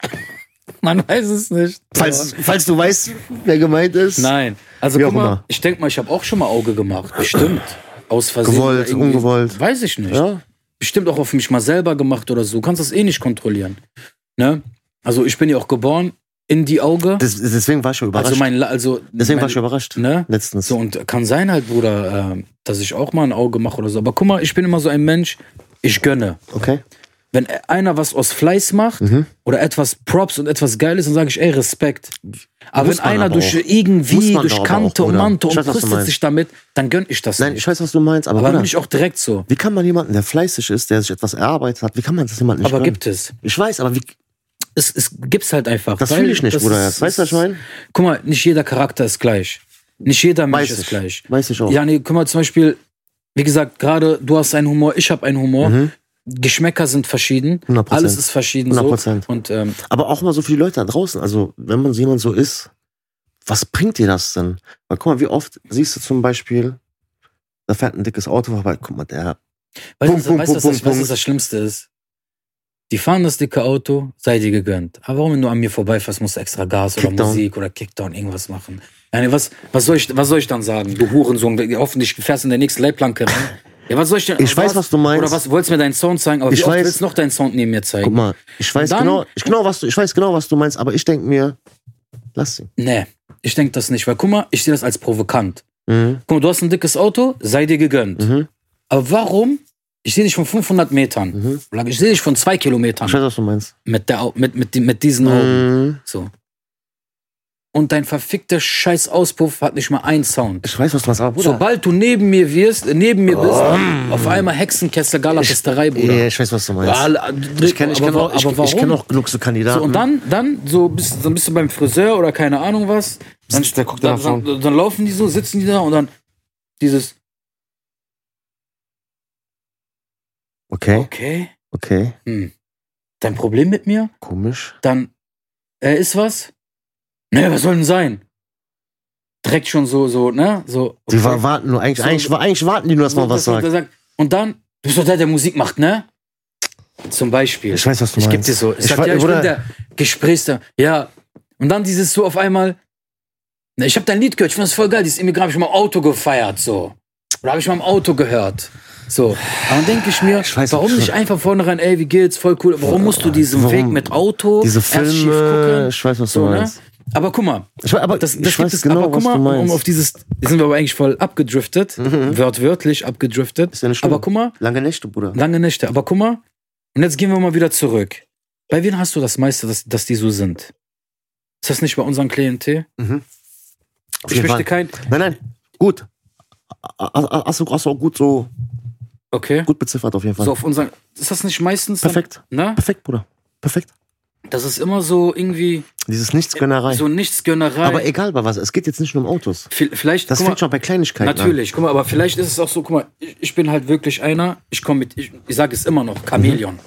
[SPEAKER 1] Man weiß es nicht.
[SPEAKER 2] Falls, falls du weißt, wer gemeint ist.
[SPEAKER 1] Nein. Also
[SPEAKER 2] Wie
[SPEAKER 1] guck
[SPEAKER 2] auch
[SPEAKER 1] mal,
[SPEAKER 2] immer.
[SPEAKER 1] ich denke mal, ich habe auch schon mal Auge gemacht. Bestimmt. Aus Versehen.
[SPEAKER 2] Gewollt,
[SPEAKER 1] oder irgendwie-
[SPEAKER 2] ungewollt.
[SPEAKER 1] Weiß ich nicht.
[SPEAKER 2] Ja?
[SPEAKER 1] Bestimmt auch auf mich mal selber gemacht oder so. Du kannst das eh nicht kontrollieren. Ne? Also ich bin ja auch geboren in die Auge.
[SPEAKER 2] Des, deswegen war ich schon überrascht.
[SPEAKER 1] Also mein, La- also
[SPEAKER 2] deswegen
[SPEAKER 1] mein,
[SPEAKER 2] war ich schon überrascht.
[SPEAKER 1] ne?
[SPEAKER 2] Letztens.
[SPEAKER 1] So, und kann sein halt, Bruder, äh, dass ich auch mal ein Auge mache oder so. Aber guck mal, ich bin immer so ein Mensch, ich gönne.
[SPEAKER 2] Okay.
[SPEAKER 1] Wenn einer was aus Fleiß macht
[SPEAKER 2] Mhm.
[SPEAKER 1] oder etwas Props und etwas Geiles, dann sage ich, ey, Respekt. Aber
[SPEAKER 2] Muss
[SPEAKER 1] wenn
[SPEAKER 2] man
[SPEAKER 1] einer
[SPEAKER 2] aber
[SPEAKER 1] durch
[SPEAKER 2] auch. Muss
[SPEAKER 1] irgendwie,
[SPEAKER 2] man
[SPEAKER 1] durch
[SPEAKER 2] aber
[SPEAKER 1] Kante
[SPEAKER 2] auch,
[SPEAKER 1] und
[SPEAKER 2] Bruder.
[SPEAKER 1] Mante und
[SPEAKER 2] Ich weiß, was du
[SPEAKER 1] brüstet
[SPEAKER 2] meinst.
[SPEAKER 1] sich damit, dann gönn ich das
[SPEAKER 2] Nein,
[SPEAKER 1] nicht.
[SPEAKER 2] ich weiß, was du meinst, aber,
[SPEAKER 1] Aber dann
[SPEAKER 2] Bruder,
[SPEAKER 1] bin ich auch direkt so.
[SPEAKER 2] wie kann man jemanden, der fleißig ist, der sich etwas erarbeitet hat, wie kann man das jemandem nicht
[SPEAKER 1] Aber
[SPEAKER 2] gönnen?
[SPEAKER 1] gibt es.
[SPEAKER 2] Ich weiß, aber wie,
[SPEAKER 1] Es, es gibt's halt einfach.
[SPEAKER 2] das
[SPEAKER 1] weil
[SPEAKER 2] fühle ich nicht,
[SPEAKER 1] das
[SPEAKER 2] Bruder.
[SPEAKER 1] ist-
[SPEAKER 2] Weißt du, was ich meine?
[SPEAKER 1] Guck mal, nicht jeder Charakter ist gleich. Nicht jeder Mensch
[SPEAKER 2] Weiß
[SPEAKER 1] ist
[SPEAKER 2] ich.
[SPEAKER 1] gleich.
[SPEAKER 2] Weiß ich auch.
[SPEAKER 1] Ja, nee, guck mal, zum Beispiel, wie gesagt, gerade du hast einen Humor, ich habe einen Humor.
[SPEAKER 2] Mhm.
[SPEAKER 1] Geschmäcker sind verschieden.
[SPEAKER 2] 100%.
[SPEAKER 1] Alles ist verschieden.
[SPEAKER 2] 100%.
[SPEAKER 1] So. Und ähm,
[SPEAKER 2] Aber auch mal so für die Leute da draußen. Also, wenn man so jemand so ist, was bringt dir das denn? Weil guck mal, wie oft siehst du zum Beispiel, da fährt ein dickes Auto vorbei, guck mal, der.
[SPEAKER 1] weißt du,
[SPEAKER 2] Punkt, Punkt,
[SPEAKER 1] weißt, du, was, das- weißt
[SPEAKER 2] Punkt,
[SPEAKER 1] du, was
[SPEAKER 2] Punkt.
[SPEAKER 1] das Schlimmste ist? Die fahren das dicke Auto, sei dir gegönnt. Aber warum, wenn du an mir vorbeifährst, musst du extra Gas oder
[SPEAKER 2] Kickdown.
[SPEAKER 1] Musik oder Kickdown irgendwas machen? Ja, nee, was, was, soll ich, was soll ich dann sagen? Du Hurensohn, hoffentlich fährst du in der nächsten Leitplanke rein. Ja, was soll ich denn?
[SPEAKER 2] Ich weiß, was du meinst.
[SPEAKER 1] Oder was, wolltest mir deinen Sound zeigen, aber
[SPEAKER 2] Ich
[SPEAKER 1] wie oft
[SPEAKER 2] weiß-
[SPEAKER 1] willst du noch deinen Sound neben mir zeigen?
[SPEAKER 2] Guck mal, ich weiß
[SPEAKER 1] Dann-
[SPEAKER 2] genau, ich, genau, was du, ich weiß genau, was du meinst, aber ich denke mir, lass ihn.
[SPEAKER 1] Nee, ich denke das nicht, weil guck mal, ich sehe das als provokant.
[SPEAKER 2] Mhm.
[SPEAKER 1] Guck mal, du hast ein dickes Auto, sei dir gegönnt.
[SPEAKER 2] Mhm.
[SPEAKER 1] Aber warum? Ich sehe dich von 500 Metern.
[SPEAKER 2] Mhm.
[SPEAKER 1] Oder Ich sehe dich von zwei Kilometern
[SPEAKER 2] Ich weiß, was du meinst.
[SPEAKER 1] mit, der, Au- mit, mit, die- mit diesen Augen.
[SPEAKER 2] Mhm.
[SPEAKER 1] So. Und dein verfickter scheiß Auspuff hat nicht mal einen Sound.
[SPEAKER 2] Ich weiß, was du meinst, aber Bruder.
[SPEAKER 1] Sobald du neben mir wirst, äh, neben mir bist, auf einmal Hexenkessel, Galatasterei, Bruder.
[SPEAKER 2] Ja, ich weiß, was du meinst.
[SPEAKER 1] Alle-
[SPEAKER 2] ich kenne ich kenn
[SPEAKER 1] Aber
[SPEAKER 2] auch, ich,
[SPEAKER 1] wa- aber
[SPEAKER 2] ich kenn
[SPEAKER 1] warum?
[SPEAKER 2] auch genug so Kandidaten.
[SPEAKER 1] So, und dann, dann, so bist, dann bist du beim Friseur oder keine Ahnung was. Dann,
[SPEAKER 2] Der guckt
[SPEAKER 1] dann,
[SPEAKER 2] nach vorne.
[SPEAKER 1] dann, dann laufen die so, sitzen die da und dann dieses,
[SPEAKER 2] Okay,
[SPEAKER 1] okay,
[SPEAKER 2] okay,
[SPEAKER 1] hm, dein Problem mit mir?
[SPEAKER 2] komisch.
[SPEAKER 1] Dann, äh, ist was? Ne, was soll denn sein? Direkt schon so, so, ne? So,
[SPEAKER 2] Die
[SPEAKER 1] okay.
[SPEAKER 2] wa- warten nur, eigentlich,
[SPEAKER 1] So-
[SPEAKER 2] eigentlich, eigentlich warten die nur, dass man was
[SPEAKER 1] Dass man
[SPEAKER 2] sagt.
[SPEAKER 1] da Und dann, du bist doch der, der Musik macht, ne? Zum Beispiel.
[SPEAKER 2] Ich weiß, was du
[SPEAKER 1] Ich geb
[SPEAKER 2] meinst.
[SPEAKER 1] dir so. Ich,
[SPEAKER 2] Ich
[SPEAKER 1] sag,
[SPEAKER 2] wa-
[SPEAKER 1] ja, ich
[SPEAKER 2] Bruder-
[SPEAKER 1] bin der Gesprächster. Ja. Und dann dieses so auf einmal. Na, ich habe dein Lied gehört, ich fand das voll geil. Dieses Immigrant habe ich mal im Auto gefeiert, so. Oder habe ich mal im Auto gehört. So. Aber dann denke ich mir,
[SPEAKER 2] Ich weiß auch
[SPEAKER 1] warum
[SPEAKER 2] schon.
[SPEAKER 1] nicht einfach vornherein, ey, wie geht's, voll cool. Warum musst du diesen
[SPEAKER 2] Warum
[SPEAKER 1] Weg mit Auto
[SPEAKER 2] Diese
[SPEAKER 1] erst schief
[SPEAKER 2] Filme,
[SPEAKER 1] gucken?
[SPEAKER 2] ich weiß, was
[SPEAKER 1] So,
[SPEAKER 2] du
[SPEAKER 1] ne?
[SPEAKER 2] meinst.
[SPEAKER 1] Aber guck mal,
[SPEAKER 2] Ich, we- aber
[SPEAKER 1] das, das
[SPEAKER 2] ich
[SPEAKER 1] gibt
[SPEAKER 2] weiß
[SPEAKER 1] es,
[SPEAKER 2] genau,
[SPEAKER 1] aber guck
[SPEAKER 2] was
[SPEAKER 1] mal,
[SPEAKER 2] du meinst. Mhm.
[SPEAKER 1] um auf dieses, sind wir aber eigentlich voll abgedriftet, wörtwörtlich abgedriftet.
[SPEAKER 2] Ist ja nicht schlimm.
[SPEAKER 1] aber guck mal,
[SPEAKER 2] Lange Nächte, Bruder.
[SPEAKER 1] lange Nächte, aber guck mal, und jetzt gehen wir mal wieder zurück. Bei wem hast du das meiste, dass, dass die so sind? Ist das nicht bei unseren Klientel?
[SPEAKER 2] Auf
[SPEAKER 1] Ich möchte
[SPEAKER 2] jeden Fall.
[SPEAKER 1] kein.
[SPEAKER 2] Nein, nein, gut. A- a- Hast du, hast du auch gut, so,
[SPEAKER 1] Okay.
[SPEAKER 2] gut beziffert, auf jeden Fall.
[SPEAKER 1] So auf unseren. Ist das nicht meistens. dann-
[SPEAKER 2] Perfekt,
[SPEAKER 1] Ne?
[SPEAKER 2] perfekt, Bruder. Perfekt.
[SPEAKER 1] Das ist immer so irgendwie
[SPEAKER 2] Dieses Nichtsgönnerei.
[SPEAKER 1] so Nichtsgönnerei.
[SPEAKER 2] aber egal bei was, es geht jetzt nicht nur um Autos.
[SPEAKER 1] Vi- Vielleicht.
[SPEAKER 2] Das
[SPEAKER 1] guck mal,
[SPEAKER 2] fängt schon ne? bei Kleinigkeiten an.
[SPEAKER 1] Natürlich, guck mal, aber vielleicht ist es auch so, guck mal, ich, ich bin halt wirklich einer, ich komme mit, ich, ich sage es immer noch,
[SPEAKER 2] Mhm.
[SPEAKER 1] Chamäleon.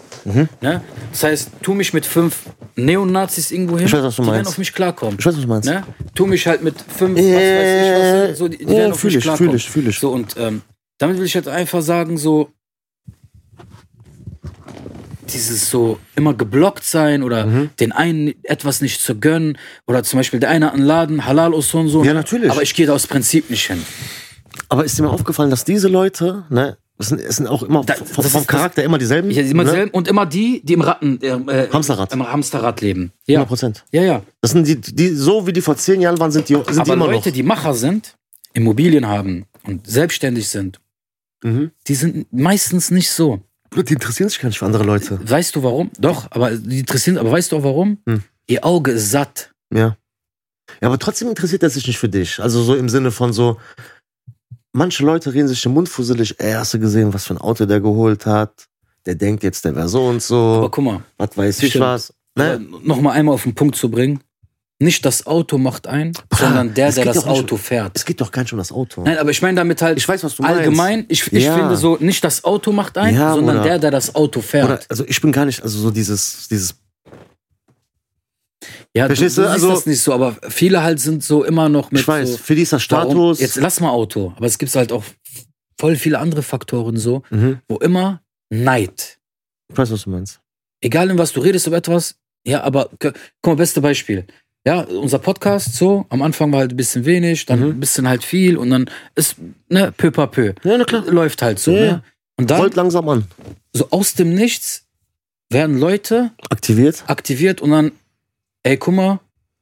[SPEAKER 1] Ne? Das heißt, tu mich mit fünf Neonazis irgendwo hin,
[SPEAKER 2] Ich weiß, was du
[SPEAKER 1] die werden
[SPEAKER 2] meinst.
[SPEAKER 1] auf mich klarkommen.
[SPEAKER 2] Ich weiß, was du meinst.
[SPEAKER 1] Ne? Tu mich halt mit fünf, was
[SPEAKER 2] Äh,
[SPEAKER 1] weiß ich was, so, die, die
[SPEAKER 2] ja,
[SPEAKER 1] werden auf
[SPEAKER 2] fühl
[SPEAKER 1] mich
[SPEAKER 2] ich, fühl
[SPEAKER 1] klarkommen.
[SPEAKER 2] ich, fühl ich.
[SPEAKER 1] So, und ähm, damit will ich jetzt einfach sagen, so, dieses so immer geblockt sein oder
[SPEAKER 2] Mhm.
[SPEAKER 1] den einen etwas nicht zu gönnen oder zum Beispiel der eine hat einen Laden, halal und so und so.
[SPEAKER 2] Ja, natürlich.
[SPEAKER 1] Aber ich gehe da aus Prinzip nicht hin.
[SPEAKER 2] Aber ist dir mal aufgefallen, dass diese Leute, ne, es sind, es sind auch immer
[SPEAKER 1] Da-
[SPEAKER 2] vom,
[SPEAKER 1] das
[SPEAKER 2] vom
[SPEAKER 1] ist-
[SPEAKER 2] Charakter immer dieselben.
[SPEAKER 1] Ja, immer
[SPEAKER 2] ne?
[SPEAKER 1] selben. Und immer die, die im Ratten, äh, äh,
[SPEAKER 2] Hamsterrad.
[SPEAKER 1] im Hamsterrad leben. Ja,
[SPEAKER 2] 100 Prozent.
[SPEAKER 1] ja, ja.
[SPEAKER 2] Das sind die, die, so wie die vor zehn Jahren waren, sind die, sind die
[SPEAKER 1] Aber
[SPEAKER 2] immer
[SPEAKER 1] Leute,
[SPEAKER 2] noch.
[SPEAKER 1] die Macher sind, Immobilien haben und selbstständig sind,
[SPEAKER 2] Mhm.
[SPEAKER 1] die sind meistens nicht so.
[SPEAKER 2] Bruder, die interessieren sich gar nicht für andere Leute.
[SPEAKER 1] Weißt du warum? Doch, aber die interessieren, aber weißt du auch warum?
[SPEAKER 2] Hm.
[SPEAKER 1] Ihr Auge ist satt.
[SPEAKER 2] Ja. Ja, aber trotzdem interessiert er sich nicht für dich. Also so im Sinne von so, manche Leute reden sich den Mund fusselig, ey, hast du gesehen, was für ein Auto der geholt hat? Der denkt jetzt, der wäre so und
[SPEAKER 1] Aber
[SPEAKER 2] so,
[SPEAKER 1] guck mal,
[SPEAKER 2] was weiß ich
[SPEAKER 1] stimmt.
[SPEAKER 2] was.
[SPEAKER 1] aber
[SPEAKER 2] Ne?
[SPEAKER 1] noch mal einmal auf den Punkt zu bringen. Nicht das Auto macht ein, sondern der,
[SPEAKER 2] es
[SPEAKER 1] der
[SPEAKER 2] geht
[SPEAKER 1] das
[SPEAKER 2] doch nicht-
[SPEAKER 1] Auto fährt.
[SPEAKER 2] Es geht doch gar nicht um das Auto.
[SPEAKER 1] Nein, aber ich meine damit halt
[SPEAKER 2] Ich weiß, was du meinst.
[SPEAKER 1] allgemein, ich, ich
[SPEAKER 2] Ja.
[SPEAKER 1] finde so, nicht das Auto macht ein,
[SPEAKER 2] Ja,
[SPEAKER 1] sondern
[SPEAKER 2] Bruder.
[SPEAKER 1] der, der das Auto fährt.
[SPEAKER 2] Oder, also ich bin gar nicht, also so dieses, dieses,
[SPEAKER 1] Ja,
[SPEAKER 2] Verstehst
[SPEAKER 1] du, du
[SPEAKER 2] du?
[SPEAKER 1] also,
[SPEAKER 2] Also-
[SPEAKER 1] siehst das nicht so, aber viele halt sind so immer noch mit
[SPEAKER 2] ich weiß,
[SPEAKER 1] so,
[SPEAKER 2] für die ist das
[SPEAKER 1] warum-
[SPEAKER 2] Status.
[SPEAKER 1] Jetzt lass mal Auto, aber es gibt halt auch voll viele andere Faktoren so,
[SPEAKER 2] mhm.
[SPEAKER 1] wo immer Neid.
[SPEAKER 2] Ich weiß, was du meinst.
[SPEAKER 1] Egal in was du redest über etwas, ja, aber gu- guck mal, beste Beispiel. Ja, unser Podcast so, am Anfang war halt ein bisschen wenig, dann
[SPEAKER 2] Mhm.
[SPEAKER 1] ein bisschen halt viel und dann ist, ne, peu à peu.
[SPEAKER 2] Ja, na klar.
[SPEAKER 1] Läuft halt so,
[SPEAKER 2] Ja, ja.
[SPEAKER 1] ne? Und dann,
[SPEAKER 2] Rollt langsam an.
[SPEAKER 1] so aus dem Nichts, werden Leute
[SPEAKER 2] Aktiviert.
[SPEAKER 1] aktiviert und dann, ey, guck mal,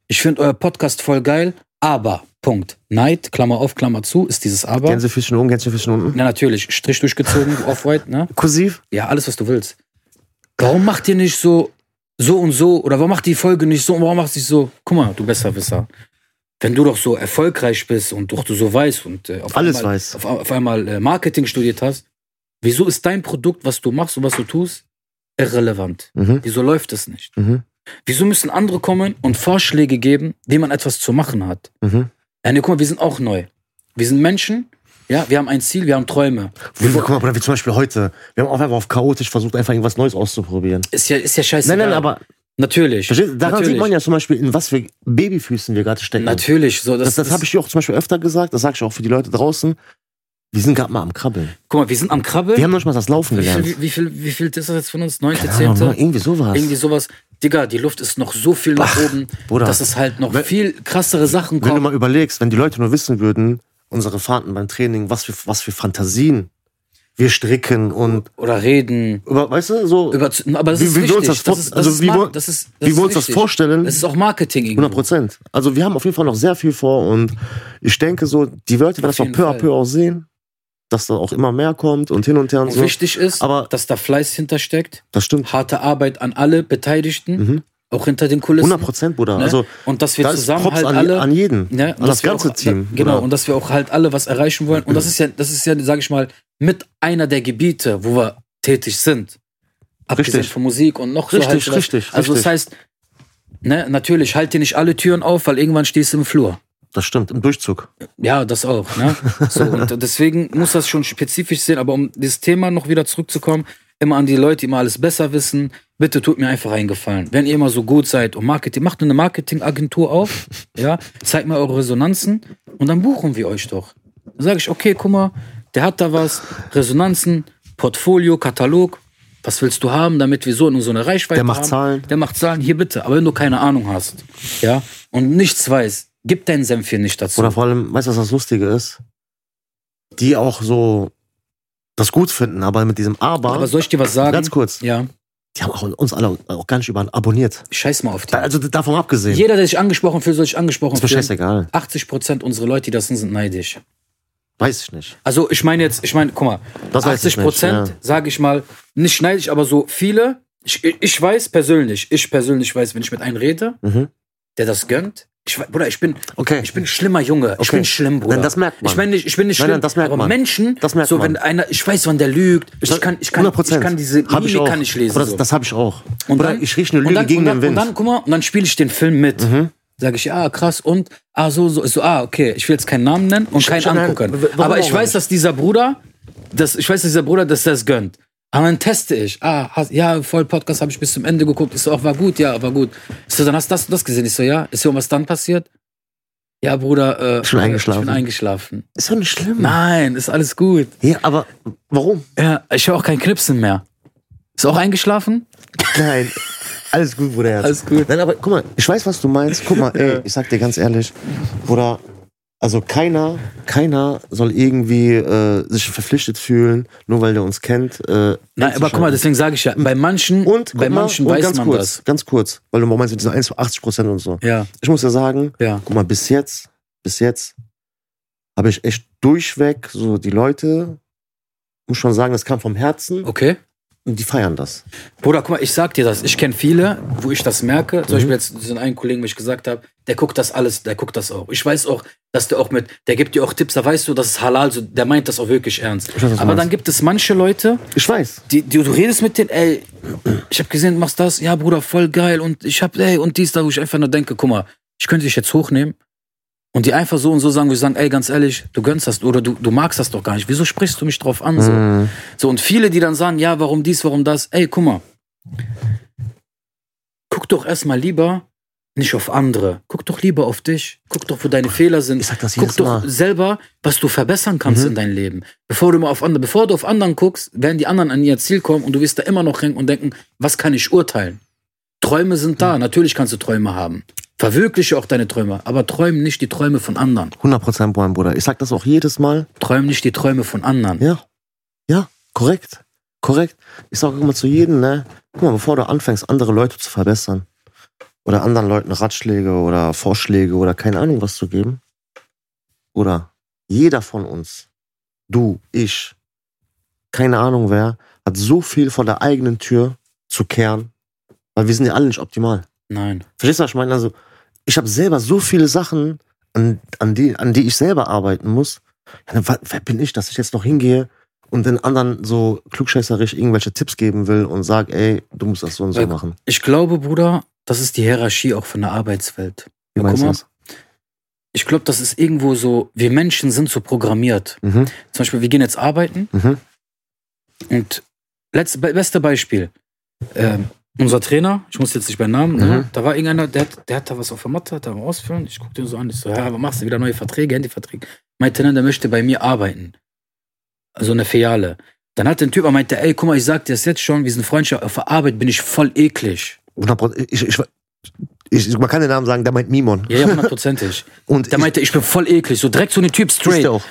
[SPEAKER 1] ich finde euer Podcast voll geil, aber, Punkt. Neid, Klammer auf, Klammer zu, ist dieses Aber.
[SPEAKER 2] Gänsefüßchen oben, Gänsefüßchen unten.
[SPEAKER 1] Na natürlich, Strich durchgezogen, Off-White, ne?
[SPEAKER 2] Kursiv.
[SPEAKER 1] Ja, alles, was du willst. warum macht ihr nicht so, so und so? Oder warum macht die Folge nicht so und warum macht sie so? Guck mal, du Besserwisser. Wenn du doch so erfolgreich bist und doch du so weißt und äh, auf
[SPEAKER 2] Alles
[SPEAKER 1] einmal,
[SPEAKER 2] weiß.
[SPEAKER 1] Auf, auf einmal äh, Marketing studiert hast, wieso ist dein Produkt, was du machst und was du tust, irrelevant?
[SPEAKER 2] Mhm.
[SPEAKER 1] Wieso läuft es nicht?
[SPEAKER 2] Mhm.
[SPEAKER 1] Wieso müssen andere kommen und Vorschläge geben, denen man etwas zu machen hat?
[SPEAKER 2] Mhm.
[SPEAKER 1] Ja, nee, guck mal, wir sind auch neu. Wir sind Menschen, ja, wir haben ein Ziel, wir haben Träume.
[SPEAKER 2] Wie, guck mal, Bruder, wie zum Beispiel heute. Wir haben auch einfach auf chaotisch versucht, einfach irgendwas Neues auszuprobieren.
[SPEAKER 1] Ist ja, ist ja scheiße.
[SPEAKER 2] Nein, nein, aber
[SPEAKER 1] Natürlich.
[SPEAKER 2] verstehst du, daran
[SPEAKER 1] natürlich.
[SPEAKER 2] sieht man ja zum Beispiel, in was für Babyfüßen wir gerade stecken.
[SPEAKER 1] Natürlich. So,
[SPEAKER 2] Das,
[SPEAKER 1] das,
[SPEAKER 2] das, habe ich dir auch zum Beispiel öfter gesagt, das sage ich auch für die Leute draußen. Wir sind gerade mal am Krabbeln.
[SPEAKER 1] Guck mal, wir sind am Krabbeln.
[SPEAKER 2] Wir haben noch nicht mal das Laufen
[SPEAKER 1] wie, viel,
[SPEAKER 2] gelernt.
[SPEAKER 1] wie, wie, viel, wie viel ist das jetzt von uns? Neunte,
[SPEAKER 2] Keine Ahnung,
[SPEAKER 1] zehnte?
[SPEAKER 2] irgendwie sowas.
[SPEAKER 1] Irgendwie sowas. Digga, die Luft ist noch so viel nach oben,
[SPEAKER 2] Bruder.
[SPEAKER 1] dass es halt noch
[SPEAKER 2] Wenn-
[SPEAKER 1] viel krassere Sachen
[SPEAKER 2] Wenn du
[SPEAKER 1] kommen.
[SPEAKER 2] mal überlegst, wenn die Leute nur wissen würden, unsere Fahrten beim Training, was für, was für Fantasien wir stricken und,
[SPEAKER 1] Oder reden.
[SPEAKER 2] über- weißt du, so,
[SPEAKER 1] Über, aber das
[SPEAKER 2] Wie-
[SPEAKER 1] ist
[SPEAKER 2] wie wir
[SPEAKER 1] wichtig.
[SPEAKER 2] uns das vor-
[SPEAKER 1] ist,
[SPEAKER 2] also
[SPEAKER 1] ist
[SPEAKER 2] wie
[SPEAKER 1] Mar-
[SPEAKER 2] wir-
[SPEAKER 1] das ist, das
[SPEAKER 2] wie
[SPEAKER 1] ist
[SPEAKER 2] wir uns das
[SPEAKER 1] wichtig.
[SPEAKER 2] vorstellen.
[SPEAKER 1] Das ist auch Marketing irgendwo.
[SPEAKER 2] 100 Prozent. Also wir haben auf jeden Fall noch sehr viel vor und ich denke so, die Leute werden
[SPEAKER 1] Auf
[SPEAKER 2] das noch
[SPEAKER 1] jeden
[SPEAKER 2] peu à
[SPEAKER 1] Fall.
[SPEAKER 2] peu auch sehen, dass da auch immer mehr kommt und hin und her und
[SPEAKER 1] Und
[SPEAKER 2] so.
[SPEAKER 1] wichtig ist,
[SPEAKER 2] Aber-
[SPEAKER 1] dass da Fleiß hintersteckt.
[SPEAKER 2] Das stimmt.
[SPEAKER 1] harte Arbeit an alle Beteiligten,
[SPEAKER 2] Mhm.
[SPEAKER 1] auch hinter den Kulissen.
[SPEAKER 2] 100 Prozent, Bruder.
[SPEAKER 1] ne?
[SPEAKER 2] Also
[SPEAKER 1] und dass wir
[SPEAKER 2] da ist
[SPEAKER 1] zusammen
[SPEAKER 2] Props
[SPEAKER 1] halt
[SPEAKER 2] an,
[SPEAKER 1] alle.
[SPEAKER 2] an jeden,
[SPEAKER 1] ne? und
[SPEAKER 2] an
[SPEAKER 1] dass
[SPEAKER 2] das
[SPEAKER 1] wir
[SPEAKER 2] ganze
[SPEAKER 1] auch,
[SPEAKER 2] Team.
[SPEAKER 1] Genau,
[SPEAKER 2] Bruder.
[SPEAKER 1] und dass wir auch halt alle was erreichen wollen. Und das ist ja, das ist ja, sag ich mal, mit einer der Gebiete, wo wir tätig sind. Abgesehen
[SPEAKER 2] Richtig.
[SPEAKER 1] von Musik und noch so.
[SPEAKER 2] Richtig,
[SPEAKER 1] Halt, was-
[SPEAKER 2] richtig,
[SPEAKER 1] Also das
[SPEAKER 2] richtig.
[SPEAKER 1] heißt, ne, natürlich, halt dir nicht alle Türen auf, weil irgendwann stehst du im Flur.
[SPEAKER 2] das stimmt, im Durchzug.
[SPEAKER 1] Ja, das auch. Ne? So, und deswegen muss das schon spezifisch sein. Aber um dieses Thema noch wieder zurückzukommen, immer an die Leute, die immer alles besser wissen, bitte tut mir einfach einen Gefallen. Wenn ihr immer so gut seid und Marketing, macht eine Marketingagentur auf, ja, zeigt mal eure Resonanzen und dann buchen wir euch doch. Dann sage ich, okay, guck mal, der hat da was, Resonanzen, Portfolio, Katalog. Was willst du haben, damit wir so und so eine Reichweite
[SPEAKER 2] Der macht
[SPEAKER 1] haben?
[SPEAKER 2] Zahlen.
[SPEAKER 1] Der macht Zahlen, hier bitte. Aber wenn du keine Ahnung hast, ja, und nichts weißt, gib deinen Senf hier nicht dazu.
[SPEAKER 2] Oder vor allem, weißt du, was das Lustige ist? Die auch so das gut finden, aber mit diesem Aber,
[SPEAKER 1] Aber soll ich dir was sagen?
[SPEAKER 2] ganz kurz,
[SPEAKER 1] Ja,
[SPEAKER 2] die haben auch uns alle auch gar nicht über abonniert.
[SPEAKER 1] scheiß mal auf die.
[SPEAKER 2] Da, also davon abgesehen,
[SPEAKER 1] Jeder, der sich angesprochen fühlt, soll sich angesprochen
[SPEAKER 2] ist mir
[SPEAKER 1] fühlen.
[SPEAKER 2] scheißegal.
[SPEAKER 1] 80 Prozent unserer Leute, die das sind, sind neidisch.
[SPEAKER 2] Weiß ich nicht.
[SPEAKER 1] Also ich meine jetzt, ich meine, guck mal,
[SPEAKER 2] Das weiß
[SPEAKER 1] 80
[SPEAKER 2] ich nicht,
[SPEAKER 1] Prozent,
[SPEAKER 2] ja.
[SPEAKER 1] sage ich mal, nicht neidisch, aber so viele. Ich, ich weiß persönlich, ich persönlich weiß, wenn ich mit einem rede,
[SPEAKER 2] Mhm.
[SPEAKER 1] der das gönnt. Ich, we- Bruder, ich bin,
[SPEAKER 2] Okay.
[SPEAKER 1] ich bin ein schlimmer Junge. Ich
[SPEAKER 2] Okay.
[SPEAKER 1] bin schlimm, Bruder.
[SPEAKER 2] Nein, das merkt man.
[SPEAKER 1] Ich bin nicht, ich bin nicht
[SPEAKER 2] Nein,
[SPEAKER 1] schlimm.
[SPEAKER 2] nein, das merkt
[SPEAKER 1] aber
[SPEAKER 2] man.
[SPEAKER 1] Menschen,
[SPEAKER 2] Das merkt
[SPEAKER 1] so wenn
[SPEAKER 2] man.
[SPEAKER 1] einer, ich weiß, wann der lügt. Ich kann, ich kann, ich kann diese
[SPEAKER 2] Hab
[SPEAKER 1] Mimik kann ich lesen.
[SPEAKER 2] Oder das
[SPEAKER 1] so.
[SPEAKER 2] das habe ich auch.
[SPEAKER 1] Und
[SPEAKER 2] Oder
[SPEAKER 1] dann-
[SPEAKER 2] ich rieche eine
[SPEAKER 1] und
[SPEAKER 2] Lüge
[SPEAKER 1] dann,
[SPEAKER 2] gegen
[SPEAKER 1] und dann,
[SPEAKER 2] den Wind. Mhm.
[SPEAKER 1] Und dann, guck mal, und dann spiele ich den Film mit. Sag Sage ich, ah, krass, und, ah, so, so, so, ah, okay, ich will jetzt keinen Namen nennen und keinen
[SPEAKER 2] schon, nein,
[SPEAKER 1] angucken.
[SPEAKER 2] w- warum
[SPEAKER 1] Aber
[SPEAKER 2] auch
[SPEAKER 1] ich weiß,
[SPEAKER 2] nicht?
[SPEAKER 1] dass dieser Bruder, dass, ich weiß, dass dieser Bruder, dass der es gönnt. Aber dann teste ich. Ah, hast, ja, voll Podcast habe ich bis zum Ende geguckt. Ich so, ach, war gut, ja, war gut. Ich so, dann hast du das und das gesehen. Ich so, ja, ist so, was dann passiert? Ja, Bruder, äh,
[SPEAKER 2] Ich bin eingeschlafen.
[SPEAKER 1] Ich bin eingeschlafen.
[SPEAKER 2] ist doch nicht schlimm.
[SPEAKER 1] Nein, ist alles gut.
[SPEAKER 2] Ja, aber warum?
[SPEAKER 1] Ja, ich höre auch kein Knipsen mehr. Ist auch eingeschlafen?
[SPEAKER 2] Nein. Alles gut, Bruder. Herz.
[SPEAKER 1] Alles gut.
[SPEAKER 2] Nein, aber guck mal, ich weiß, was du meinst. Guck mal, ey, ich sag dir ganz ehrlich, Bruder, also keiner, keiner soll irgendwie äh, sich verpflichtet fühlen, nur weil der uns kennt. Äh,
[SPEAKER 1] Nein, aber guck mal, deswegen sage ich ja, bei manchen,
[SPEAKER 2] und
[SPEAKER 1] bei
[SPEAKER 2] guck mal,
[SPEAKER 1] manchen
[SPEAKER 2] und
[SPEAKER 1] weiß
[SPEAKER 2] ganz
[SPEAKER 1] man
[SPEAKER 2] kurz,
[SPEAKER 1] das.
[SPEAKER 2] Ganz kurz, weil du meinst mit diesen 1 zu 80 Prozent und so.
[SPEAKER 1] Ja,
[SPEAKER 2] Ich muss ja sagen,
[SPEAKER 1] ja.
[SPEAKER 2] guck mal, bis jetzt, bis jetzt habe ich echt durchweg so die Leute, muss schon sagen, das kam vom Herzen
[SPEAKER 1] Okay.
[SPEAKER 2] und die feiern das.
[SPEAKER 1] Bruder, guck mal, ich sag dir das. Ich kenne viele, wo ich das merke.
[SPEAKER 2] Mhm.
[SPEAKER 1] Zum Beispiel jetzt diesen einen Kollegen, wo ich gesagt habe, der guckt das alles, der guckt das auch. Ich weiß auch, dass der auch mit, der gibt dir auch Tipps, da weißt du, das ist halal, so, der meint das auch wirklich ernst.
[SPEAKER 2] Ich weiß, was du
[SPEAKER 1] Aber
[SPEAKER 2] meinst.
[SPEAKER 1] dann gibt es manche Leute,
[SPEAKER 2] Ich weiß.
[SPEAKER 1] die, die, du redest mit denen, ey, ich habe gesehen, du machst das, ja, Bruder, voll geil und ich hab, ey, und dies, da, wo ich einfach nur denke, guck mal, ich könnte dich jetzt hochnehmen und die einfach so und so sagen, wo ich sagen, ey, ganz ehrlich, du gönnst das oder du, du magst das doch gar nicht. Wieso sprichst du mich drauf an? So?
[SPEAKER 2] Mhm.
[SPEAKER 1] So, und viele, die dann sagen, ja, warum dies, warum das, ey, guck mal. Guck doch erstmal lieber nicht auf andere. Guck doch lieber auf dich. Guck doch, wo deine Fehler sind.
[SPEAKER 2] Ich sag das
[SPEAKER 1] guck
[SPEAKER 2] jedes
[SPEAKER 1] doch
[SPEAKER 2] Mal. Mhm.
[SPEAKER 1] selber, was du verbessern kannst in deinem Leben. Bevor du mal auf andere, bevor du auf anderen guckst, werden die anderen an ihr Ziel kommen und du wirst da immer noch hängen und denken, was kann ich urteilen? Träume sind
[SPEAKER 2] Mhm.
[SPEAKER 1] da. Natürlich kannst du Träume haben. Verwirkliche auch deine Träume, aber träum nicht die Träume von anderen.
[SPEAKER 2] 100% mein Bruder. Ich sag das auch jedes Mal.
[SPEAKER 1] Träum nicht die Träume von anderen.
[SPEAKER 2] Ja. Ja, korrekt. Korrekt. Ich sag auch immer zu jedem, ne? Guck mal, bevor du anfängst, andere Leute zu verbessern oder anderen Leuten Ratschläge oder Vorschläge oder keine Ahnung was zu geben, oder jeder von uns, du, ich, keine Ahnung wer, hat so viel vor der eigenen Tür, zu kehren. Weil wir sind ja alle nicht optimal.
[SPEAKER 1] Nein.
[SPEAKER 2] Verstehst du, was ich meine? Also, ich habe selber so viele Sachen, an, an, die, an die ich selber arbeiten muss. Ja, wa- wer bin ich, dass ich jetzt noch hingehe und den anderen so klugscheißerisch irgendwelche Tipps geben will und sag, ey, du musst das so und so
[SPEAKER 1] Weil-
[SPEAKER 2] machen.
[SPEAKER 1] Ich glaube, Bruder, das ist die Hierarchie auch von der Arbeitswelt.
[SPEAKER 2] Wie
[SPEAKER 1] guck
[SPEAKER 2] meinst du
[SPEAKER 1] mal.
[SPEAKER 2] das?
[SPEAKER 1] Ich glaube, das ist irgendwo so, wir Menschen sind so programmiert.
[SPEAKER 2] Mhm,
[SPEAKER 1] Zum Beispiel, wir gehen jetzt arbeiten
[SPEAKER 2] mhm,
[SPEAKER 1] und letzte, be- beste Beispiel. Ähm, unser Trainer, ich muss jetzt nicht beim Namen, ne?
[SPEAKER 2] Mhm.
[SPEAKER 1] da war irgendeiner, der, hat- der hat da was auf der Matte, hat da am Ausfüllen. Ich guckte ihn so an, ich so, ja, was machst du? Wieder neue Verträge, Handyverträge. Meinte dann, der möchte bei mir arbeiten. Also eine Filiale. Dann hat der Typ, er meinte, ey, guck mal, ich sag dir das jetzt schon, wir sind Freundschaft, auf der Arbeit bin ich voll eklig.
[SPEAKER 2] 100%. Ich, ich, ich, ich, man kann den Namen sagen, der meint Mimon.
[SPEAKER 1] Ja, ja, hundertprozentig.
[SPEAKER 2] Und
[SPEAKER 1] Der
[SPEAKER 2] ich-
[SPEAKER 1] meinte, ich bin voll eklig, so direkt so eine Typ
[SPEAKER 2] ist
[SPEAKER 1] straight.
[SPEAKER 2] der auch.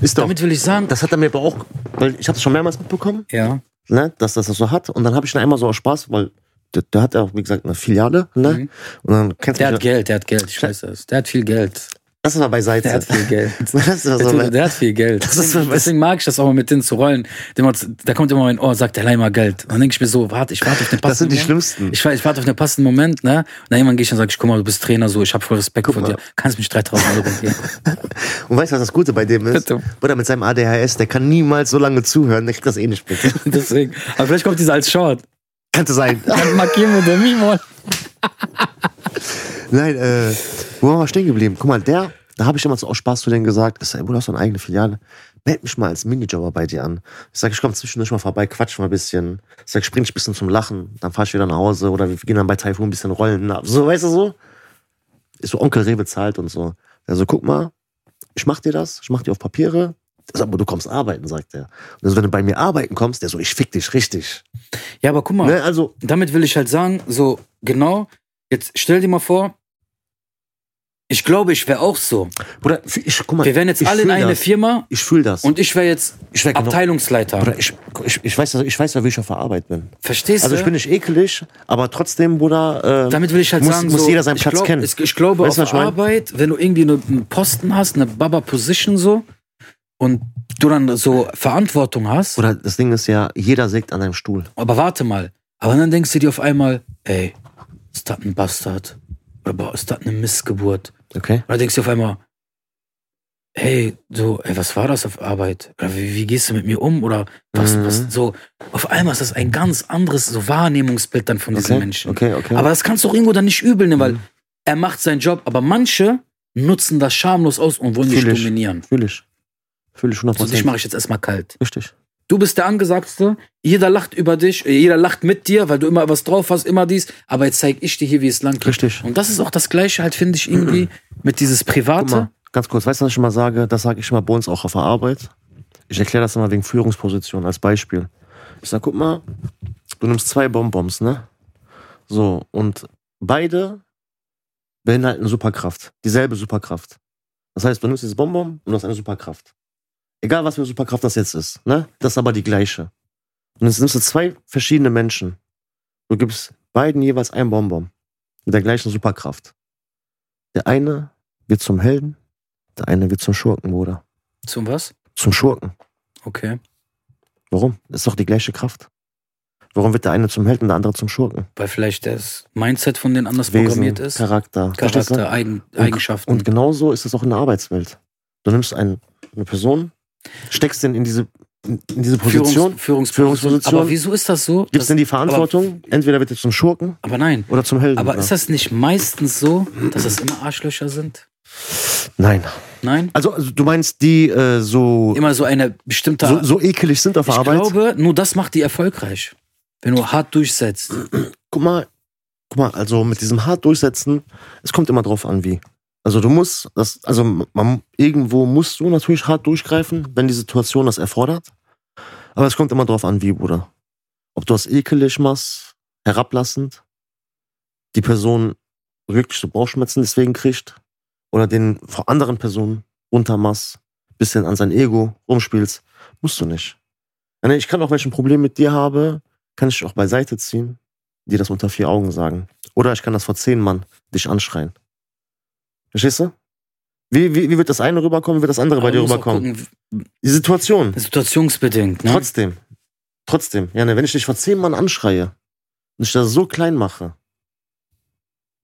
[SPEAKER 2] Ist der auch.
[SPEAKER 1] Damit will ich sagen,
[SPEAKER 2] Das hat er mir aber auch, weil ich habe es schon mehrmals mitbekommen,
[SPEAKER 1] ja,
[SPEAKER 2] ne, dass das das so hat. Und dann habe ich ihn einmal so aus Spaß, weil der, der hat ja, auch, wie gesagt, eine Filiale, ne?
[SPEAKER 1] Mhm.
[SPEAKER 2] Und dann kennst du
[SPEAKER 1] der
[SPEAKER 2] mich
[SPEAKER 1] hat
[SPEAKER 2] ja-
[SPEAKER 1] Geld, der hat Geld, ich weiß das. Der hat viel Geld.
[SPEAKER 2] Das ist mal beiseite.
[SPEAKER 1] Der hat viel Geld.
[SPEAKER 2] Das ist mal
[SPEAKER 1] Der,
[SPEAKER 2] so,
[SPEAKER 1] Dude, der hat viel Geld.
[SPEAKER 2] Das ist-
[SPEAKER 1] Deswegen, deswegen mag ich das auch mal mit denen zu rollen. Dem hat's- Da kommt immer mein Ohr, sagt der mal Geld. Und dann denke ich mir so, warte, ich warte auf den passenden
[SPEAKER 2] das sind die
[SPEAKER 1] Moment.
[SPEAKER 2] schlimmsten.
[SPEAKER 1] Ich, wa- ich warte auf den passenden Moment, ne? Und dann irgendwann gehe ich und sage ich, guck mal, du bist Trainer, so, ich habe voll Respekt vor dir. Kannst mich 3000 Euro geben?
[SPEAKER 2] Und weißt du, was das Gute bei dem ist?
[SPEAKER 1] Bitte.
[SPEAKER 2] Oder mit seinem ADHS, der kann niemals so lange zuhören, der kriegt das eh nicht mit.
[SPEAKER 1] Deswegen. Aber vielleicht kommt dieser als Short.
[SPEAKER 2] Könnte sein.
[SPEAKER 1] Dann markieren wir den Mimon.
[SPEAKER 2] Nein, äh, wo waren wir stehen geblieben? Guck mal, der, da habe ich damals auch Spaß zu denen gesagt, ich sag, ey, Bruder, hast du eine eigene Filiale? Meld mich mal als Minijobber bei dir an. Ich sag, ich komme zwischendurch mal vorbei, quatsch mal ein bisschen. Ich sag, spring ich ein bisschen zum Lachen, dann fahr ich wieder nach Hause oder wir gehen dann bei Taifun ein bisschen rollen. Na, so, weißt du so? Ist so Onkel Reh bezahlt und so. Also guck mal, ich mach dir das, ich mach dir auf Papiere. Ich sag, aber du kommst arbeiten, sagt er. Und also, wenn du bei mir arbeiten kommst, der so, ich fick dich richtig.
[SPEAKER 1] Ja, aber guck mal,
[SPEAKER 2] Ne, also,
[SPEAKER 1] damit will ich halt sagen, so, genau, jetzt stell dir mal vor, ich glaube, ich wäre auch so.
[SPEAKER 2] Bruder, ich, guck mal,
[SPEAKER 1] Wir wären jetzt
[SPEAKER 2] ich
[SPEAKER 1] alle in
[SPEAKER 2] fühl
[SPEAKER 1] eine
[SPEAKER 2] das.
[SPEAKER 1] Firma
[SPEAKER 2] Ich fühl das.
[SPEAKER 1] und ich wäre jetzt
[SPEAKER 2] ich wär genau-
[SPEAKER 1] Abteilungsleiter.
[SPEAKER 2] Bruder, ich, ich, ich, weiß, ich weiß ja, wie ich auf der Arbeit bin.
[SPEAKER 1] Verstehst
[SPEAKER 2] Also
[SPEAKER 1] du?
[SPEAKER 2] ich bin nicht ekelig, aber trotzdem, Bruder, äh,
[SPEAKER 1] Damit will ich halt
[SPEAKER 2] muss,
[SPEAKER 1] sagen,
[SPEAKER 2] muss
[SPEAKER 1] so,
[SPEAKER 2] jeder seinen
[SPEAKER 1] ich
[SPEAKER 2] Platz
[SPEAKER 1] glaub,
[SPEAKER 2] kennen.
[SPEAKER 1] Ich, ich glaube,
[SPEAKER 2] Weißt du, was
[SPEAKER 1] auf
[SPEAKER 2] ich mein?
[SPEAKER 1] Arbeit, wenn du irgendwie eine- einen Posten hast, eine Baba-Position so, und du dann so Verantwortung hast,
[SPEAKER 2] Oder das Ding ist ja, jeder sägt an einem Stuhl.
[SPEAKER 1] aber warte mal. Aber dann denkst du dir auf einmal, ey, ist das ein Bastard? Oder boah, ist das eine Missgeburt?
[SPEAKER 2] Okay?
[SPEAKER 1] Oder denkst du auf einmal, hey, so, ey, was war das auf Arbeit? Oder wie, wie gehst du mit mir um? Oder was,
[SPEAKER 2] Mhm.
[SPEAKER 1] was, so, auf einmal ist das ein ganz anderes so Wahrnehmungsbild dann von diesen
[SPEAKER 2] okay?
[SPEAKER 1] Menschen.
[SPEAKER 2] Okay, okay.
[SPEAKER 1] Aber das kannst du auch irgendwo dann nicht übel nehmen, weil
[SPEAKER 2] Mhm.
[SPEAKER 1] er macht seinen Job, aber manche nutzen das schamlos aus und wollen dich
[SPEAKER 2] Fühl ich.
[SPEAKER 1] dominieren.
[SPEAKER 2] fühle ich. Fühle ich 100%.
[SPEAKER 1] So, dich mache ich jetzt erstmal kalt.
[SPEAKER 2] Richtig.
[SPEAKER 1] Du bist der Angesagteste, jeder lacht über dich, äh, jeder lacht mit dir, weil du immer was drauf hast, immer dies, aber jetzt zeig ich dir hier, wie es lang geht.
[SPEAKER 2] Richtig.
[SPEAKER 1] Und das ist auch das Gleiche halt, finde ich, irgendwie mit dieses
[SPEAKER 2] Mhm. Guck mal,
[SPEAKER 1] Private.
[SPEAKER 2] ganz kurz, weißt du, was ich immer sage? Das sage ich immer bei uns auch auf der Arbeit. Ich erkläre das immer wegen Führungsposition als Beispiel. Ich sag, guck mal, du nimmst zwei Bonbons, ne? So, und beide beinhalten Superkraft. Dieselbe Superkraft. Das heißt, du nimmst dieses Bonbon und du hast eine Superkraft. Egal, was für eine Superkraft das jetzt ist, ne? Das ist aber die gleiche. Und jetzt nimmst du zwei verschiedene Menschen. Du gibst beiden jeweils ein Bonbon. Mit der gleichen Superkraft. Der eine wird zum Helden, der eine wird zum Schurken, Bruder.
[SPEAKER 1] Zum was?
[SPEAKER 2] Zum Schurken.
[SPEAKER 1] Okay.
[SPEAKER 2] Warum? Das ist doch die gleiche Kraft. Warum wird der eine zum Helden, der andere zum Schurken?
[SPEAKER 1] Weil vielleicht das Mindset von denen anders
[SPEAKER 2] Wesen,
[SPEAKER 1] programmiert ist.
[SPEAKER 2] Charakter. Verstehst du?
[SPEAKER 1] Charakter, Eigen,
[SPEAKER 2] Und-
[SPEAKER 1] Eigenschaften.
[SPEAKER 2] Und genauso ist es auch in der Arbeitswelt. Du nimmst einen, eine Person, steckst den in diese, in diese Position,
[SPEAKER 1] Führungs,
[SPEAKER 2] Führungsposition.
[SPEAKER 1] Führungsposition. Aber wieso ist das so?
[SPEAKER 2] gibst
[SPEAKER 1] dass-
[SPEAKER 2] denen die Verantwortung, entweder wird er zum Schurken
[SPEAKER 1] aber nein.
[SPEAKER 2] oder zum Helden.
[SPEAKER 1] Aber
[SPEAKER 2] Ja.
[SPEAKER 1] ist das nicht meistens so, dass das immer Arschlöcher sind?
[SPEAKER 2] Nein.
[SPEAKER 1] Nein?
[SPEAKER 2] Also, also du meinst, die äh, so,
[SPEAKER 1] Immer so eine bestimmte.
[SPEAKER 2] so, so ekelig sind auf der
[SPEAKER 1] ich
[SPEAKER 2] Arbeit?
[SPEAKER 1] glaube, nur das macht die erfolgreich. Wenn du hart durchsetzt.
[SPEAKER 2] guck mal, guck mal, also mit diesem hart durchsetzen, es kommt immer drauf an, wie. Also du musst, das, also man, irgendwo musst du natürlich hart durchgreifen, wenn die Situation das erfordert. Aber es kommt immer drauf an, wie, Bruder. Ob du das ekelig machst, herablassend, die Person wirklich so Bauchschmerzen deswegen kriegt oder den vor anderen Personen runtermachst, bisschen an sein Ego rumspielst, musst du nicht. Nee, Ich kann auch, wenn ich ein Problem mit dir habe, kann ich dich auch beiseite ziehen die das unter vier Augen sagen. Oder ich kann das vor zehn Mann dich anschreien. Verstehst du? Wie, wie, wie wird das eine rüberkommen, wie wird das andere bei
[SPEAKER 1] Aber
[SPEAKER 2] dir
[SPEAKER 1] du musst auch
[SPEAKER 2] rüberkommen?
[SPEAKER 1] gucken,
[SPEAKER 2] Die Situation.
[SPEAKER 1] Situationsbedingt, ne?
[SPEAKER 2] Trotzdem. Trotzdem. Ja, ne, wenn ich dich vor zehn Mann anschreie, und ich das so klein mache,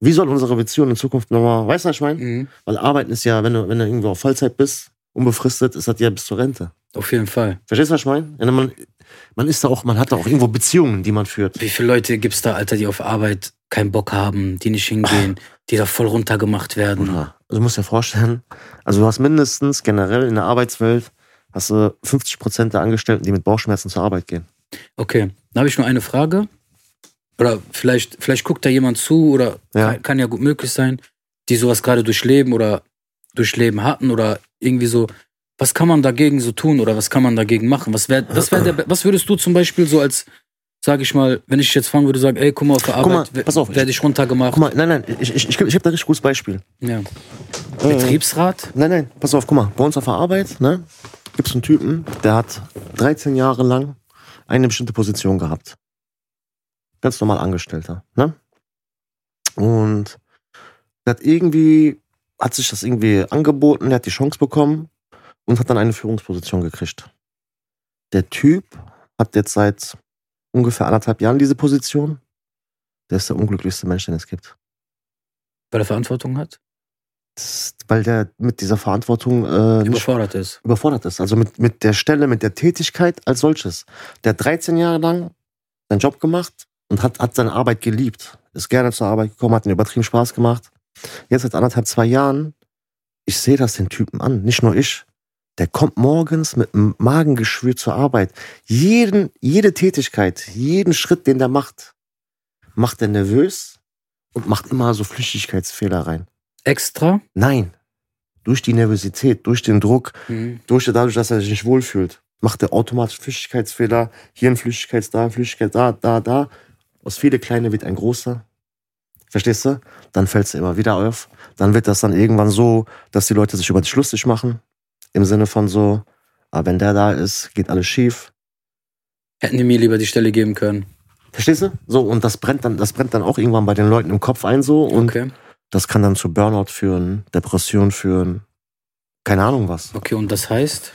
[SPEAKER 2] wie soll unsere Beziehung in Zukunft nochmal, weißt du, was ich meine?
[SPEAKER 1] Mhm.
[SPEAKER 2] Weil Arbeiten ist ja, wenn du, wenn du irgendwo auf Vollzeit bist, unbefristet, ist das ja bis zur Rente.
[SPEAKER 1] Auf jeden Fall.
[SPEAKER 2] Verstehst du, was ich meine? Ja, ne, Man, man ist da auch, man hat da auch irgendwo Beziehungen, die man führt.
[SPEAKER 1] Wie viele Leute gibt's da, Alter, die auf Arbeit keinen Bock haben, die nicht hingehen, die da voll runtergemacht werden?
[SPEAKER 2] Bruder, also du musst dir vorstellen, also du hast mindestens generell in der Arbeitswelt hast du 50 Prozent der Angestellten, die mit Bauchschmerzen zur Arbeit gehen.
[SPEAKER 1] Okay, dann habe ich nur eine Frage. Oder vielleicht, vielleicht guckt da jemand zu oder
[SPEAKER 2] Ja.
[SPEAKER 1] kann, kann ja gut möglich sein, die sowas gerade durchleben oder durchleben hatten oder irgendwie so. Was kann man dagegen so tun oder was kann man dagegen machen? Was, wär, was, wär der, be- was würdest du zum Beispiel so als, sag ich mal, wenn ich jetzt fragen würde, sagen, ey, guck mal, auf der
[SPEAKER 2] Guck mal,
[SPEAKER 1] Arbeit
[SPEAKER 2] pass auf, ich-
[SPEAKER 1] werde ich runtergemacht.
[SPEAKER 2] Guck mal, nein, nein, ich, ich, ich, ich habe da ein richtig gutes Beispiel.
[SPEAKER 1] ja.
[SPEAKER 2] äh,
[SPEAKER 1] Betriebsrat?
[SPEAKER 2] Nein, nein, pass auf, guck mal, bei uns auf der Arbeit, ne, gibt's einen Typen, der hat 13 Jahre lang eine bestimmte Position gehabt. Ganz normal Angestellter, ne? Und der hat irgendwie, hat sich das irgendwie angeboten, der hat die Chance bekommen und hat dann eine Führungsposition gekriegt. Der Typ hat jetzt seit ungefähr anderthalb Jahren diese Position. Der ist der unglücklichste Mensch, den es gibt.
[SPEAKER 1] Weil er Verantwortung hat?
[SPEAKER 2] Das, weil der mit dieser Verantwortung äh, nicht
[SPEAKER 1] Überfordert ist.
[SPEAKER 2] überfordert ist. Also mit, mit der Stelle, mit der Tätigkeit als solches. Der hat 13 Jahre lang seinen Job gemacht und hat, hat seine Arbeit geliebt. Ist gerne zur Arbeit gekommen, hat ihm übertrieben Spaß gemacht. Jetzt seit anderthalb, zwei Jahren, ich sehe das den Typen an, nicht nur ich. Der kommt morgens mit einem Magengeschwür zur Arbeit. Jeden, jede Tätigkeit, jeden Schritt, den der macht, macht er nervös und macht immer so Flüchtigkeitsfehler rein.
[SPEAKER 1] Extra?
[SPEAKER 2] Nein. Durch die Nervosität, durch den Druck,
[SPEAKER 1] Mhm.
[SPEAKER 2] durch, dadurch, dass er sich nicht wohlfühlt, macht er automatisch Flüchtigkeitsfehler. Hier ein Flüchtigkeits, da ein Flüchtigkeit, da, da, da. Aus viele kleine wird ein großer. Verstehst du? Dann fällst du immer wieder auf. Dann wird das dann irgendwann so, dass die Leute sich über dich lustig machen. Im Sinne von so, ah, wenn der da ist, geht alles schief.
[SPEAKER 1] Hätten die mir lieber die Stelle geben können.
[SPEAKER 2] Verstehst du? So, und das brennt dann, das brennt dann auch irgendwann bei den Leuten im Kopf ein so. Und
[SPEAKER 1] Okay.
[SPEAKER 2] das kann dann zu Burnout führen, Depression führen. Keine Ahnung was.
[SPEAKER 1] Okay, und das heißt?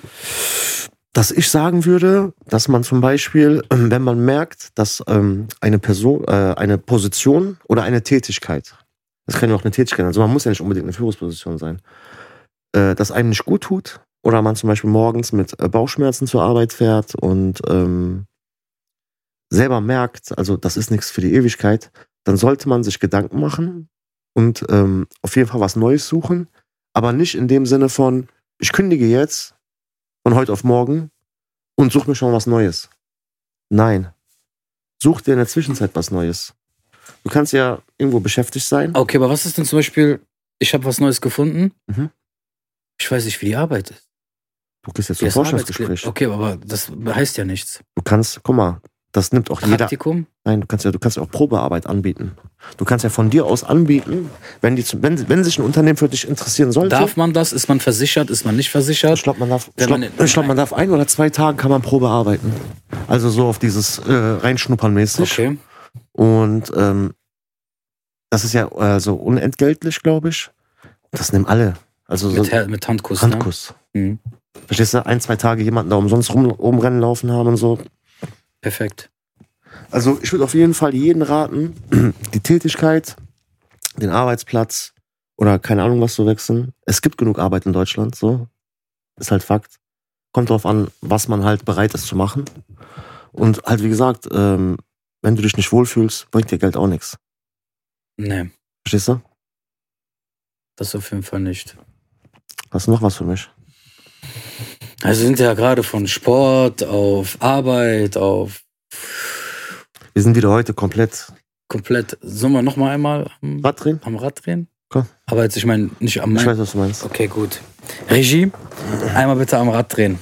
[SPEAKER 2] dass ich sagen würde, dass man zum Beispiel, ähm, wenn man merkt, dass ähm, eine Person, äh, eine Position oder eine Tätigkeit, das kann ja auch eine Tätigkeit sein, also man muss ja nicht unbedingt eine Führungsposition sein, äh, dass einem nicht gut tut oder man zum Beispiel morgens mit äh, Bauchschmerzen zur Arbeit fährt und ähm, selber merkt, also das ist nichts für die Ewigkeit, dann sollte man sich Gedanken machen und ähm, auf jeden Fall was Neues suchen, aber nicht in dem Sinne von, ich kündige jetzt von heute auf morgen und such mir schon was Neues. Nein. Such dir in der Zwischenzeit was Neues. Du kannst ja irgendwo beschäftigt sein.
[SPEAKER 1] Okay, aber was ist denn zum Beispiel, ich habe was Neues gefunden.
[SPEAKER 2] Mhm.
[SPEAKER 1] Ich weiß nicht, wie die Arbeit ist.
[SPEAKER 2] Du gehst jetzt
[SPEAKER 1] Wie
[SPEAKER 2] zum
[SPEAKER 1] das Arbeitskle-
[SPEAKER 2] Forschungsgespräch.
[SPEAKER 1] Okay, aber das heißt ja nichts.
[SPEAKER 2] Du kannst, guck mal, das nimmt auch jeder.
[SPEAKER 1] Praktikum?
[SPEAKER 2] Nein, du kannst ja, du kannst ja auch Probearbeit anbieten. Du kannst ja von dir aus anbieten, wenn die, zu- wenn, wenn sich ein Unternehmen für dich interessieren sollte.
[SPEAKER 1] Darf man das? Ist man versichert? Ist man nicht
[SPEAKER 2] Ich
[SPEAKER 1] versichert?
[SPEAKER 2] glaube, man darf, ich
[SPEAKER 1] Wenn
[SPEAKER 2] glaub,
[SPEAKER 1] man in-
[SPEAKER 2] ich glaub, man darf ein oder zwei Tage kann man Probe arbeiten. Also so auf dieses äh, Reinschnuppern mäßig.
[SPEAKER 1] Okay.
[SPEAKER 2] Und ähm, das ist ja äh, so unentgeltlich, glaube ich. Das nehmen alle. Also so
[SPEAKER 1] Mit, Her- mit Handkuss.
[SPEAKER 2] Handkuss.
[SPEAKER 1] Ne? Mhm.
[SPEAKER 2] Verstehst du? Ein, zwei Tage jemanden da umsonst rum, rumrennen laufen haben und so.
[SPEAKER 1] Perfekt.
[SPEAKER 2] Also ich würde auf jeden Fall jeden raten, die Tätigkeit, den Arbeitsplatz oder keine Ahnung was zu wechseln. Es gibt genug Arbeit in Deutschland, so. Ist halt Fakt. Kommt drauf an, was man halt bereit ist zu machen. Und halt, wie gesagt, ähm, wenn du dich nicht wohlfühlst, bringt dir Geld auch nichts.
[SPEAKER 1] Nee,
[SPEAKER 2] Verstehst du?
[SPEAKER 1] das auf jeden Fall nicht.
[SPEAKER 2] Hast du noch was für mich?
[SPEAKER 1] Also wir sind ja gerade von Sport auf Arbeit auf
[SPEAKER 2] Wir sind wieder heute komplett.
[SPEAKER 1] komplett. Sollen wir nochmal einmal am,
[SPEAKER 2] Was drehen?
[SPEAKER 1] am Rad drehen?
[SPEAKER 2] Komm.
[SPEAKER 1] Aber jetzt, ich meine, nicht am
[SPEAKER 2] Ich
[SPEAKER 1] Main.
[SPEAKER 2] weiß, was du meinst.
[SPEAKER 1] Okay, gut. Regie, einmal bitte am Rad drehen.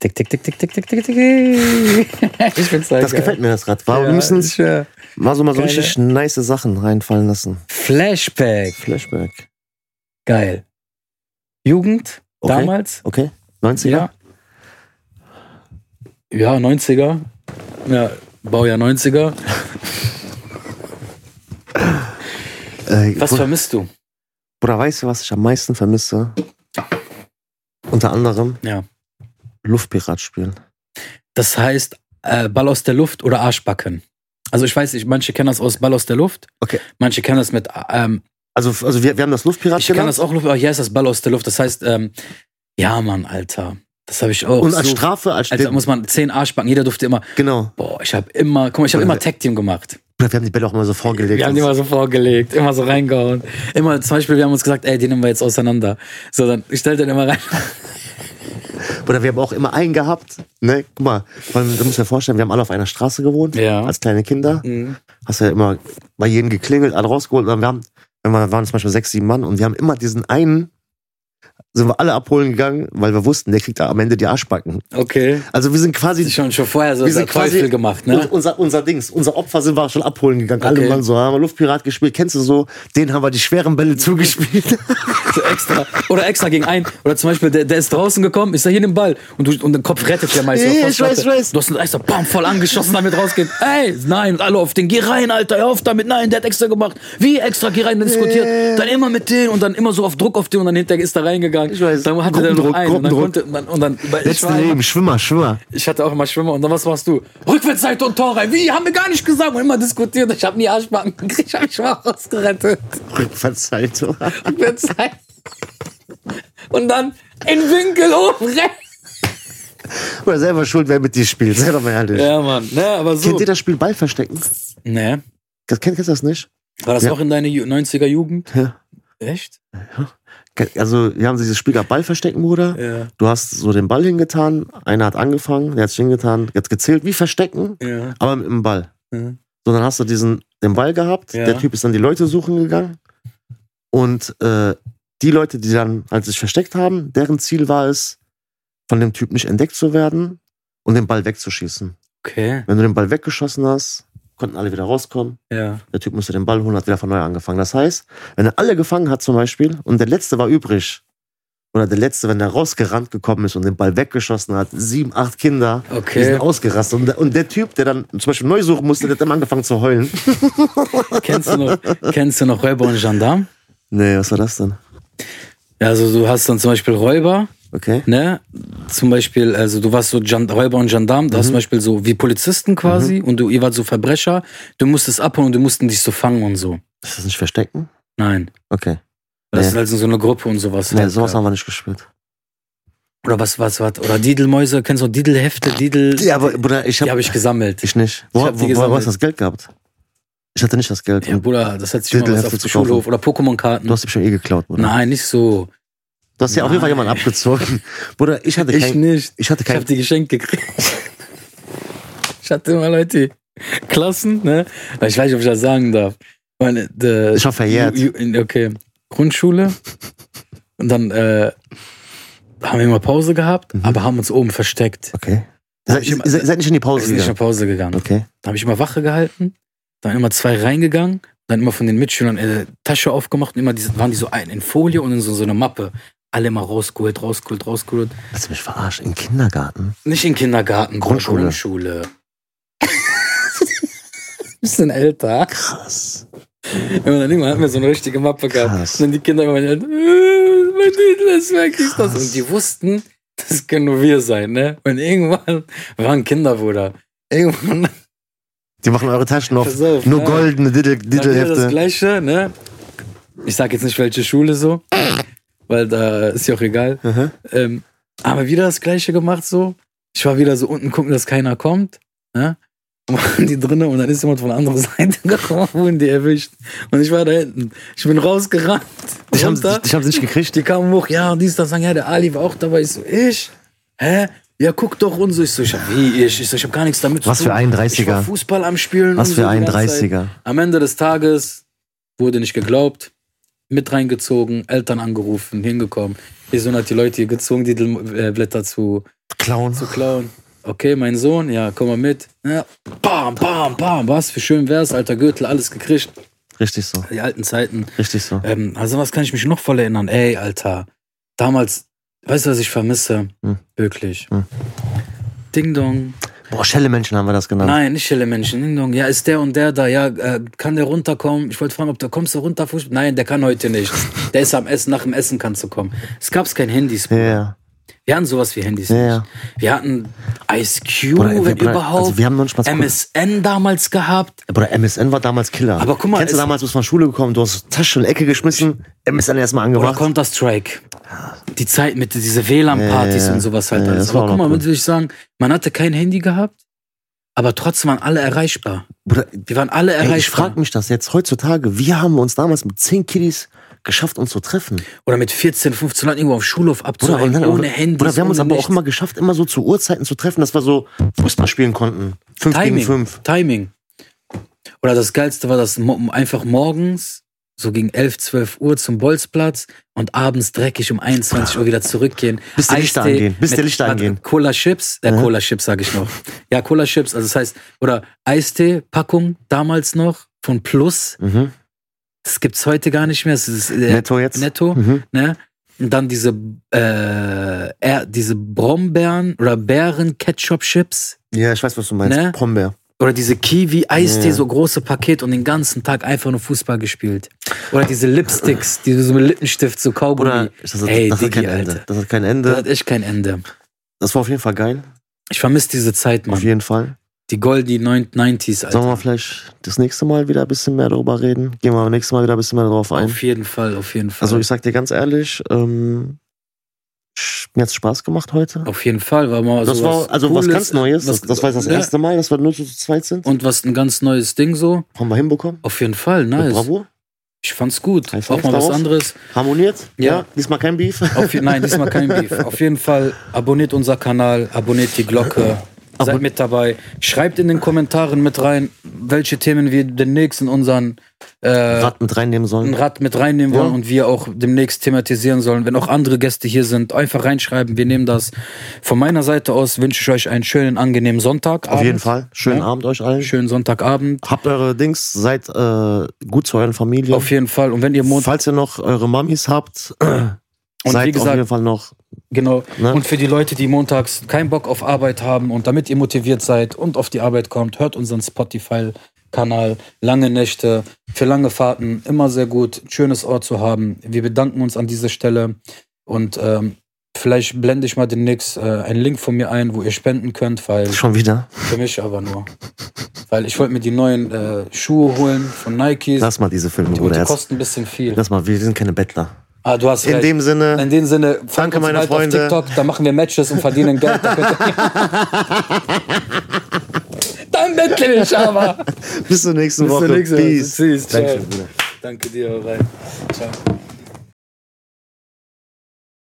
[SPEAKER 1] Tick, tick, tick, tick, tick, tick, tick, tick. Ich bin
[SPEAKER 2] Das gefällt mir, das Rad. War, wir müssen uns
[SPEAKER 1] ja. äh,
[SPEAKER 2] mal so, mal so
[SPEAKER 1] Geile.
[SPEAKER 2] richtig nice Sachen reinfallen lassen.
[SPEAKER 1] Flashback.
[SPEAKER 2] Flashback.
[SPEAKER 1] Geil. Jugend,
[SPEAKER 2] Okay.
[SPEAKER 1] damals.
[SPEAKER 2] Okay? 90er?
[SPEAKER 1] Ja. Ja, 90er. Ja, Baujahr 90er.
[SPEAKER 2] Äh,
[SPEAKER 1] Was
[SPEAKER 2] Bruder,
[SPEAKER 1] vermisst du?
[SPEAKER 2] Bruder, weißt du, was ich am meisten vermisse? Unter anderem
[SPEAKER 1] Ja.
[SPEAKER 2] Luftpirat spielen.
[SPEAKER 1] Das heißt, äh, Ball aus der Luft oder Arschbacken. Also ich weiß nicht, manche kennen das aus Ball aus der Luft.
[SPEAKER 2] Okay.
[SPEAKER 1] Manche kennen das mit, ähm,
[SPEAKER 2] Also, also wir, wir haben das Luftpirat
[SPEAKER 1] ich kann das auch, Luft- aber hier ist das Ball aus der Luft. Das heißt, ähm, ja, Mann, Alter. Das habe ich auch.
[SPEAKER 2] Und als
[SPEAKER 1] so,
[SPEAKER 2] Strafe, als
[SPEAKER 1] also da muss man zehn Arschbacken, jeder durfte immer,
[SPEAKER 2] Genau.
[SPEAKER 1] boah, ich habe immer, guck mal, ich habe immer Tag Team gemacht.
[SPEAKER 2] Wir haben die Bälle auch mal so vorgelegt.
[SPEAKER 1] Wir haben die immer so vorgelegt, immer so reingehauen. Immer zum Beispiel, wir haben uns gesagt, ey, den nehmen wir jetzt auseinander. So, dann ich stell den immer rein.
[SPEAKER 2] Oder wir haben auch immer einen gehabt. Ne? Guck mal, weil du musst dir vorstellen, wir haben alle auf einer Straße gewohnt,
[SPEAKER 1] Ja.
[SPEAKER 2] als kleine Kinder.
[SPEAKER 1] Mhm.
[SPEAKER 2] Hast ja immer bei jedem geklingelt, alle rausgeholt. Und wir haben, wenn wir waren zum Beispiel sechs, sieben Mann und wir haben immer diesen einen, sind wir alle abholen gegangen, weil wir wussten, der kriegt am Ende die Arschbacken.
[SPEAKER 1] Okay.
[SPEAKER 2] Also wir sind quasi,
[SPEAKER 1] Schon, schon vorher so
[SPEAKER 2] wir
[SPEAKER 1] der
[SPEAKER 2] sind quasi
[SPEAKER 1] Teufel gemacht, ne?
[SPEAKER 2] unser, unser Dings, unser Opfer sind wir schon abholen gegangen. Alle
[SPEAKER 1] Okay.
[SPEAKER 2] Mann so, haben wir Luftpirat gespielt, kennst du so, den haben wir die schweren Bälle zugespielt.
[SPEAKER 1] So extra. Oder extra gegen einen. Oder zum Beispiel, der, der ist draußen gekommen, ist da hier den Ball. Und, du, und den Kopf rettet der Meister.
[SPEAKER 2] Ja,
[SPEAKER 1] Voll
[SPEAKER 2] ich weiß,
[SPEAKER 1] Latte.
[SPEAKER 2] ich weiß.
[SPEAKER 1] Du hast ihn extra bam, voll angeschossen, damit rausgeht. Ey, nein, und alle auf den, geh rein, Alter, hör auf damit. Nein, der hat extra gemacht. Wie extra, geh rein, dann diskutiert. Dann immer mit denen und dann immer so auf Druck auf den und dann hinterher ist er reingegangen.
[SPEAKER 2] Ich weiß.
[SPEAKER 1] Dann hatte der noch
[SPEAKER 2] Gruppendruck,
[SPEAKER 1] einen. Und dann
[SPEAKER 2] Gruppendruck.
[SPEAKER 1] konnte, und dann, und dann, weil ich
[SPEAKER 2] Letzte
[SPEAKER 1] war immer-
[SPEAKER 2] Leben, Schwimmer, Schwimmer.
[SPEAKER 1] Ich hatte auch immer Schwimmer und dann was machst du? Rückwärtsseite und Tor rein. Wie? Haben wir gar nicht gesagt. Und immer diskutiert. Ich habe nie Arschbacken gekriegt. Ich habe mich mal rausgerettet.
[SPEAKER 2] Rückwärtshaltung.
[SPEAKER 1] Rückwärtsseite. Und dann in Winkel oben rechts.
[SPEAKER 2] Oder selber schuld, wer mit dir spielt. Sei doch mal ehrlich.
[SPEAKER 1] Ja, Mann. Ne, aber so.
[SPEAKER 2] Kennt ihr das Spiel Ball verstecken?
[SPEAKER 1] Ne.
[SPEAKER 2] Das, kennt, kennst du das nicht?
[SPEAKER 1] War das
[SPEAKER 2] Ja.
[SPEAKER 1] auch in deiner Ju- 90er-Jugend?
[SPEAKER 2] Ja.
[SPEAKER 1] Echt?
[SPEAKER 2] Also, wir haben dieses Spiel gehabt, Ball verstecken, Bruder.
[SPEAKER 1] Ja.
[SPEAKER 2] Du hast so den Ball hingetan, einer hat angefangen, der hat sich hingetan, jetzt gezählt, wie verstecken,
[SPEAKER 1] Ja.
[SPEAKER 2] aber mit dem Ball.
[SPEAKER 1] Ja.
[SPEAKER 2] So, dann hast du diesen, den Ball gehabt,
[SPEAKER 1] Ja.
[SPEAKER 2] der Typ ist dann die Leute suchen gegangen und äh, die Leute, die dann halt sich versteckt haben, deren Ziel war es, von dem Typ nicht entdeckt zu werden und den Ball wegzuschießen.
[SPEAKER 1] Okay.
[SPEAKER 2] Wenn du den Ball weggeschossen hast, konnten alle wieder rauskommen.
[SPEAKER 1] Ja.
[SPEAKER 2] Der Typ musste den Ball holen, hat wieder von neu angefangen. Das heißt, wenn er alle gefangen hat zum Beispiel und der letzte war übrig, oder der letzte, wenn er rausgerannt gekommen ist und den Ball weggeschossen hat, sieben, acht Kinder, die
[SPEAKER 1] Okay.
[SPEAKER 2] sind ausgerastet. Und der, und der Typ, der dann zum Beispiel neu suchen musste, der hat immer angefangen zu heulen.
[SPEAKER 1] Kennst du noch, kennst du noch Räuber und Gendarm?
[SPEAKER 2] Nee, was war das denn?
[SPEAKER 1] Ja, Also du hast dann zum Beispiel Räuber.
[SPEAKER 2] Okay.
[SPEAKER 1] ne, zum Beispiel, also du warst so Gen Räuber und Gendarm, du
[SPEAKER 2] Mhm.
[SPEAKER 1] hast zum Beispiel so wie Polizisten quasi und du, ihr wart so Verbrecher, du musstest abhauen und du mussten dich so fangen und so.
[SPEAKER 2] Ist das nicht verstecken?
[SPEAKER 1] Nein.
[SPEAKER 2] Okay.
[SPEAKER 1] Das
[SPEAKER 2] Nee.
[SPEAKER 1] ist halt so eine Gruppe und sowas.
[SPEAKER 2] Nee,
[SPEAKER 1] halt,
[SPEAKER 2] sowas
[SPEAKER 1] ja.
[SPEAKER 2] haben wir nicht gespielt.
[SPEAKER 1] Oder was, was, was? Oder Didelmäuse, kennst du Didelhefte, Didel.
[SPEAKER 2] Ja, aber Bruder, ich
[SPEAKER 1] Die
[SPEAKER 2] hab,
[SPEAKER 1] habe ich gesammelt.
[SPEAKER 2] ich nicht. Wo,
[SPEAKER 1] hab die
[SPEAKER 2] wo, wo,
[SPEAKER 1] gesammelt.
[SPEAKER 2] hast du das Geld gehabt? Ich hatte nicht das Geld.
[SPEAKER 1] Ja,
[SPEAKER 2] Und
[SPEAKER 1] Bruder, das hat sich immer was
[SPEAKER 2] Didelhefte
[SPEAKER 1] auf
[SPEAKER 2] zu
[SPEAKER 1] dem Schulhof.
[SPEAKER 2] kaufen.
[SPEAKER 1] Oder Pokémon-Karten.
[SPEAKER 2] du hast dich schon eh geklaut, Bruder.
[SPEAKER 1] Nein, nicht so.
[SPEAKER 2] Du hast ja auf jeden Fall
[SPEAKER 1] Nein.
[SPEAKER 2] jemanden abgezogen. Bruder, ich hatte
[SPEAKER 1] Ich
[SPEAKER 2] kein,
[SPEAKER 1] nicht.
[SPEAKER 2] ich hatte
[SPEAKER 1] Ich habe
[SPEAKER 2] kein
[SPEAKER 1] die geschenkt gekriegt. ich hatte immer Leute, Klassen, ne? Weil ich weiß nicht, ob ich das sagen darf. Meine, de,
[SPEAKER 2] Ist schon verjährt.
[SPEAKER 1] Ju- Ju- Okay, Grundschule. Und dann äh, haben wir immer Pause gehabt,
[SPEAKER 2] Mhm.
[SPEAKER 1] aber haben uns oben versteckt.
[SPEAKER 2] Okay. Ihr seid,
[SPEAKER 1] ich immer- Also
[SPEAKER 2] ihr seid- ihr seid nicht in die
[SPEAKER 1] Wir
[SPEAKER 2] Pause
[SPEAKER 1] sind nicht
[SPEAKER 2] gegangen.
[SPEAKER 1] nach Pause gegangen.
[SPEAKER 2] Okay.
[SPEAKER 1] Da habe ich immer Wache gehalten, dann immer zwei reingegangen, dann immer von den Mitschülern äh, Tasche aufgemacht und immer diese, waren die so ein, in Folie und in so, so eine Mappe. Alle immer rausgeholt, rausgeholt, rausgeholt.
[SPEAKER 2] Hast du mich verarscht? Im Kindergarten?
[SPEAKER 1] Nicht in Kindergarten,
[SPEAKER 2] Grundschule.
[SPEAKER 1] Grundschule. Grundschule. Bisschen älter.
[SPEAKER 2] Krass.
[SPEAKER 1] Und dann irgendwann hatten wir so eine richtige Mappe gehabt.
[SPEAKER 2] Krass.
[SPEAKER 1] Und dann die Kinder immer halt, äh, mein Titel ist weg, ist das. Und die wussten, das können nur wir sein, ne? Und irgendwann, wir waren Kinder, Bruder. Irgendwann,
[SPEAKER 2] Die machen eure Taschen auf.
[SPEAKER 1] Pass auf,
[SPEAKER 2] Nur
[SPEAKER 1] ne?
[SPEAKER 2] goldene Diddle-
[SPEAKER 1] dann wieder das
[SPEAKER 2] Diddlehefte.
[SPEAKER 1] Gleiche, ne? Ich sag jetzt nicht, welche Schule so, weil da ist ja auch egal.
[SPEAKER 2] Mhm.
[SPEAKER 1] Ähm, aber wieder das Gleiche gemacht so. Ich war wieder so unten gucken, dass keiner kommt. Ne? Waren die drinnen und dann ist jemand von der anderen Seite gekommen, wurden die erwischt. Und ich war da hinten. Ich bin rausgerannt.
[SPEAKER 2] Ich hab's
[SPEAKER 1] runter.
[SPEAKER 2] ich hab's nicht gekriegt.
[SPEAKER 1] Die kamen hoch, ja, und dies, das, sagen, ja, der Ali war auch dabei. Ich so, ich? Hä? Ja, guck doch und so. Ich so, ich hab, wie ich? Ich so, ich hab gar nichts damit
[SPEAKER 2] Was
[SPEAKER 1] zu
[SPEAKER 2] für
[SPEAKER 1] tun.
[SPEAKER 2] ein
[SPEAKER 1] Ich war
[SPEAKER 2] 30er.
[SPEAKER 1] Fußball am Spielen.
[SPEAKER 2] Was
[SPEAKER 1] und
[SPEAKER 2] für
[SPEAKER 1] so die
[SPEAKER 2] ein
[SPEAKER 1] ganze Zeit.
[SPEAKER 2] 30er.
[SPEAKER 1] Am Ende des Tages wurde nicht geglaubt, mit reingezogen, Eltern angerufen, hingekommen. Ihr Sohn hat die Leute hier gezwungen, die Dill- äh, Blätter zu,
[SPEAKER 2] Clown.
[SPEAKER 1] zu klauen. Okay, mein Sohn, ja, komm mal mit. Ja, bam, bam, bam, was für schön wär's, alter Gürtel, alles gekriegt.
[SPEAKER 2] Richtig so.
[SPEAKER 1] Die alten Zeiten.
[SPEAKER 2] Richtig so.
[SPEAKER 1] Ähm, also was kann ich mich noch voll erinnern? Ey, Alter, damals, weißt du, was ich vermisse?
[SPEAKER 2] Hm.
[SPEAKER 1] Wirklich.
[SPEAKER 2] Hm.
[SPEAKER 1] Ding Dong.
[SPEAKER 2] Boah, Schellemenschen haben wir das genannt.
[SPEAKER 1] Nein, nicht Schelle Menschen. Ding Dong. Ja, ist der und der da? Ja, äh, kann der runterkommen? Ich wollte fragen, ob du kommst du runter? Fußball? Nein, der kann heute nicht. Der ist am Essen, nach dem Essen kannst du kommen. Es gab kein Handys.
[SPEAKER 2] Ja.
[SPEAKER 1] Wir hatten sowas wie Handys
[SPEAKER 2] Ja,
[SPEAKER 1] nicht.
[SPEAKER 2] ja.
[SPEAKER 1] Wir hatten Ice Cube,
[SPEAKER 2] Bruder,
[SPEAKER 1] wenn
[SPEAKER 2] Bruder,
[SPEAKER 1] überhaupt.
[SPEAKER 2] Also wir haben noch nicht mal
[SPEAKER 1] MSN damals gehabt.
[SPEAKER 2] Bruder, MSN war damals Killer.
[SPEAKER 1] Aber guck mal,
[SPEAKER 2] Kennst du
[SPEAKER 1] es-
[SPEAKER 2] damals, bist du von Schule gekommen, du hast Tasche in die Ecke geschmissen, MSN erstmal
[SPEAKER 1] Oder
[SPEAKER 2] angemacht.
[SPEAKER 1] Counter-Strike. Die Zeit mit diese WLAN-Partys
[SPEAKER 2] Ja, ja.
[SPEAKER 1] und sowas halt
[SPEAKER 2] Ja,
[SPEAKER 1] alles.
[SPEAKER 2] das war
[SPEAKER 1] Aber guck
[SPEAKER 2] auch
[SPEAKER 1] mal,
[SPEAKER 2] noch
[SPEAKER 1] würde ich sagen, man hatte kein Handy gehabt, aber trotzdem waren alle erreichbar.
[SPEAKER 2] Bruder,
[SPEAKER 1] Wir waren alle
[SPEAKER 2] ey, ich
[SPEAKER 1] erreichbar.
[SPEAKER 2] frag mich das jetzt heutzutage. Wie haben wir uns damals mit 10 Kiddies geschafft, uns zu treffen?
[SPEAKER 1] Oder mit 14, 15 Leuten irgendwo auf dem Schulhof
[SPEAKER 2] Bruder,
[SPEAKER 1] abzuhängen,
[SPEAKER 2] und dann-
[SPEAKER 1] ohne Handy.
[SPEAKER 2] Bruder, wir haben uns
[SPEAKER 1] ohne
[SPEAKER 2] aber auch
[SPEAKER 1] nichts.
[SPEAKER 2] immer geschafft, immer so zu Uhrzeiten zu treffen, dass wir so Fußball spielen konnten. Fünf
[SPEAKER 1] Timing.
[SPEAKER 2] gegen fünf.
[SPEAKER 1] Timing. Oder das Geilste war das mo einfach morgens, so gegen 11, 12 Uhr zum Bolzplatz und abends dreckig um 21 Uhr wieder zurückgehen.
[SPEAKER 2] Bis die Lichter
[SPEAKER 1] Eistee
[SPEAKER 2] angehen, bis die
[SPEAKER 1] mit-
[SPEAKER 2] Lichter
[SPEAKER 1] warte,
[SPEAKER 2] angehen. Mhm.
[SPEAKER 1] Cola Chips, äh, Cola Chips sage ich noch. Ja, Cola Chips, also das heißt, oder Eistee-Packung damals noch von Plus.
[SPEAKER 2] Mhm.
[SPEAKER 1] Das gibt's heute gar nicht mehr. Das ist äh,
[SPEAKER 2] Netto jetzt.
[SPEAKER 1] netto
[SPEAKER 2] Mhm.
[SPEAKER 1] ne? Und dann diese, äh, er, diese Brombeeren oder Beeren-Ketchup-Chips.
[SPEAKER 2] Ja, ich weiß, was du meinst.
[SPEAKER 1] Ne?
[SPEAKER 2] Brombeer.
[SPEAKER 1] Oder diese Kiwi-Eistee,
[SPEAKER 2] Ja.
[SPEAKER 1] so große Paket und den ganzen Tag einfach nur Fußball gespielt. Oder diese Lipsticks, die so mit Lippenstift, so Kaugummi.
[SPEAKER 2] Oder das, hat-
[SPEAKER 1] Oh, Ey,
[SPEAKER 2] das hat
[SPEAKER 1] Diggi,
[SPEAKER 2] kein Ende.
[SPEAKER 1] Alter.
[SPEAKER 2] Das hat kein
[SPEAKER 1] Das hat
[SPEAKER 2] Ende.
[SPEAKER 1] echt kein Ende.
[SPEAKER 2] Das war auf jeden Fall geil.
[SPEAKER 1] Ich vermisse diese Zeit,
[SPEAKER 2] Auf
[SPEAKER 1] Mann.
[SPEAKER 2] jeden Fall.
[SPEAKER 1] Die golden 90s, Alter.
[SPEAKER 2] Sollen wir vielleicht das nächste Mal wieder ein bisschen mehr darüber reden? Gehen wir beim nächsten Mal wieder ein bisschen mehr drauf ein.
[SPEAKER 1] Auf jeden Fall, auf jeden Fall.
[SPEAKER 2] Also ich sag dir ganz ehrlich, ähm, sch- mir hat's Spaß gemacht heute.
[SPEAKER 1] auf jeden Fall war mal
[SPEAKER 2] das
[SPEAKER 1] sowas
[SPEAKER 2] war also was
[SPEAKER 1] Cooles,
[SPEAKER 2] ganz Neues.
[SPEAKER 1] was-
[SPEAKER 2] das, das war jetzt das
[SPEAKER 1] ne?
[SPEAKER 2] erste Mal, dass wir nur zu zweit sind.
[SPEAKER 1] Und was ein ganz neues Ding so.
[SPEAKER 2] Haben wir hinbekommen.
[SPEAKER 1] Auf jeden Fall,
[SPEAKER 2] Mit
[SPEAKER 1] nice.
[SPEAKER 2] Bravo.
[SPEAKER 1] Ich fand's gut.
[SPEAKER 2] High five
[SPEAKER 1] Auch mal was
[SPEAKER 2] darauf.
[SPEAKER 1] anderes.
[SPEAKER 2] Harmoniert.
[SPEAKER 1] Ja.
[SPEAKER 2] Diesmal kein Beef.
[SPEAKER 1] Auf, je- nein, diesmal kein Beef. Auf jeden Fall abonniert unser Kanal, abonniert die Glocke. Seid mit dabei. Schreibt in den Kommentaren mit rein, welche Themen wir demnächst in unseren äh,
[SPEAKER 2] Rad mit reinnehmen sollen.
[SPEAKER 1] Rad mit reinnehmen wollen
[SPEAKER 2] Ja.
[SPEAKER 1] und wir auch demnächst thematisieren sollen. Wenn auch andere Gäste hier sind, einfach reinschreiben. Wir nehmen das. Von meiner Seite aus wünsche ich euch einen schönen, angenehmen Sonntag.
[SPEAKER 2] Auf jeden Fall. Schönen
[SPEAKER 1] Ja.
[SPEAKER 2] Abend euch allen.
[SPEAKER 1] Schönen Sonntagabend.
[SPEAKER 2] Habt eure Dings, seid äh, gut zu euren Familien.
[SPEAKER 1] Auf jeden Fall. Und wenn ihr Montag,
[SPEAKER 2] Falls ihr noch eure Mamis habt,
[SPEAKER 1] wie
[SPEAKER 2] seid auf
[SPEAKER 1] gesagt-
[SPEAKER 2] jeden Fall noch
[SPEAKER 1] genau.
[SPEAKER 2] Ne?
[SPEAKER 1] Und für die Leute, die montags keinen Bock auf Arbeit haben und damit ihr motiviert seid und auf die Arbeit kommt, hört unseren Spotify-Kanal. Lange Nächte, für lange Fahrten, immer sehr gut. Ein schönes Ohr zu haben. Wir bedanken uns an dieser Stelle und ähm, vielleicht blende ich mal demnächst äh, einen Link von mir ein, wo ihr spenden könnt, weil
[SPEAKER 2] schon wieder.
[SPEAKER 1] für mich aber nur. Weil ich wollte mir die neuen äh, Schuhe holen von Nikes.
[SPEAKER 2] Lass mal diese Filme,
[SPEAKER 1] und
[SPEAKER 2] Bruder.
[SPEAKER 1] die
[SPEAKER 2] Jetzt.
[SPEAKER 1] kosten ein bisschen viel.
[SPEAKER 2] Lass mal, wir sind keine Bettler.
[SPEAKER 1] ah, du hast
[SPEAKER 2] In
[SPEAKER 1] recht.
[SPEAKER 2] dem Sinne.
[SPEAKER 1] In dem Sinne, folgt
[SPEAKER 2] Danke,
[SPEAKER 1] uns
[SPEAKER 2] meine
[SPEAKER 1] bald
[SPEAKER 2] Freunde.
[SPEAKER 1] Auf TikTok, da machen wir Matches und verdienen Geld. Da könnt ihr- Dann bettel ich aber.
[SPEAKER 2] Bis zur nächsten Woche. Peace.
[SPEAKER 1] Peace. Danke,
[SPEAKER 2] Dankeschön, Bruder.
[SPEAKER 1] Danke dir, Ralf. Ciao.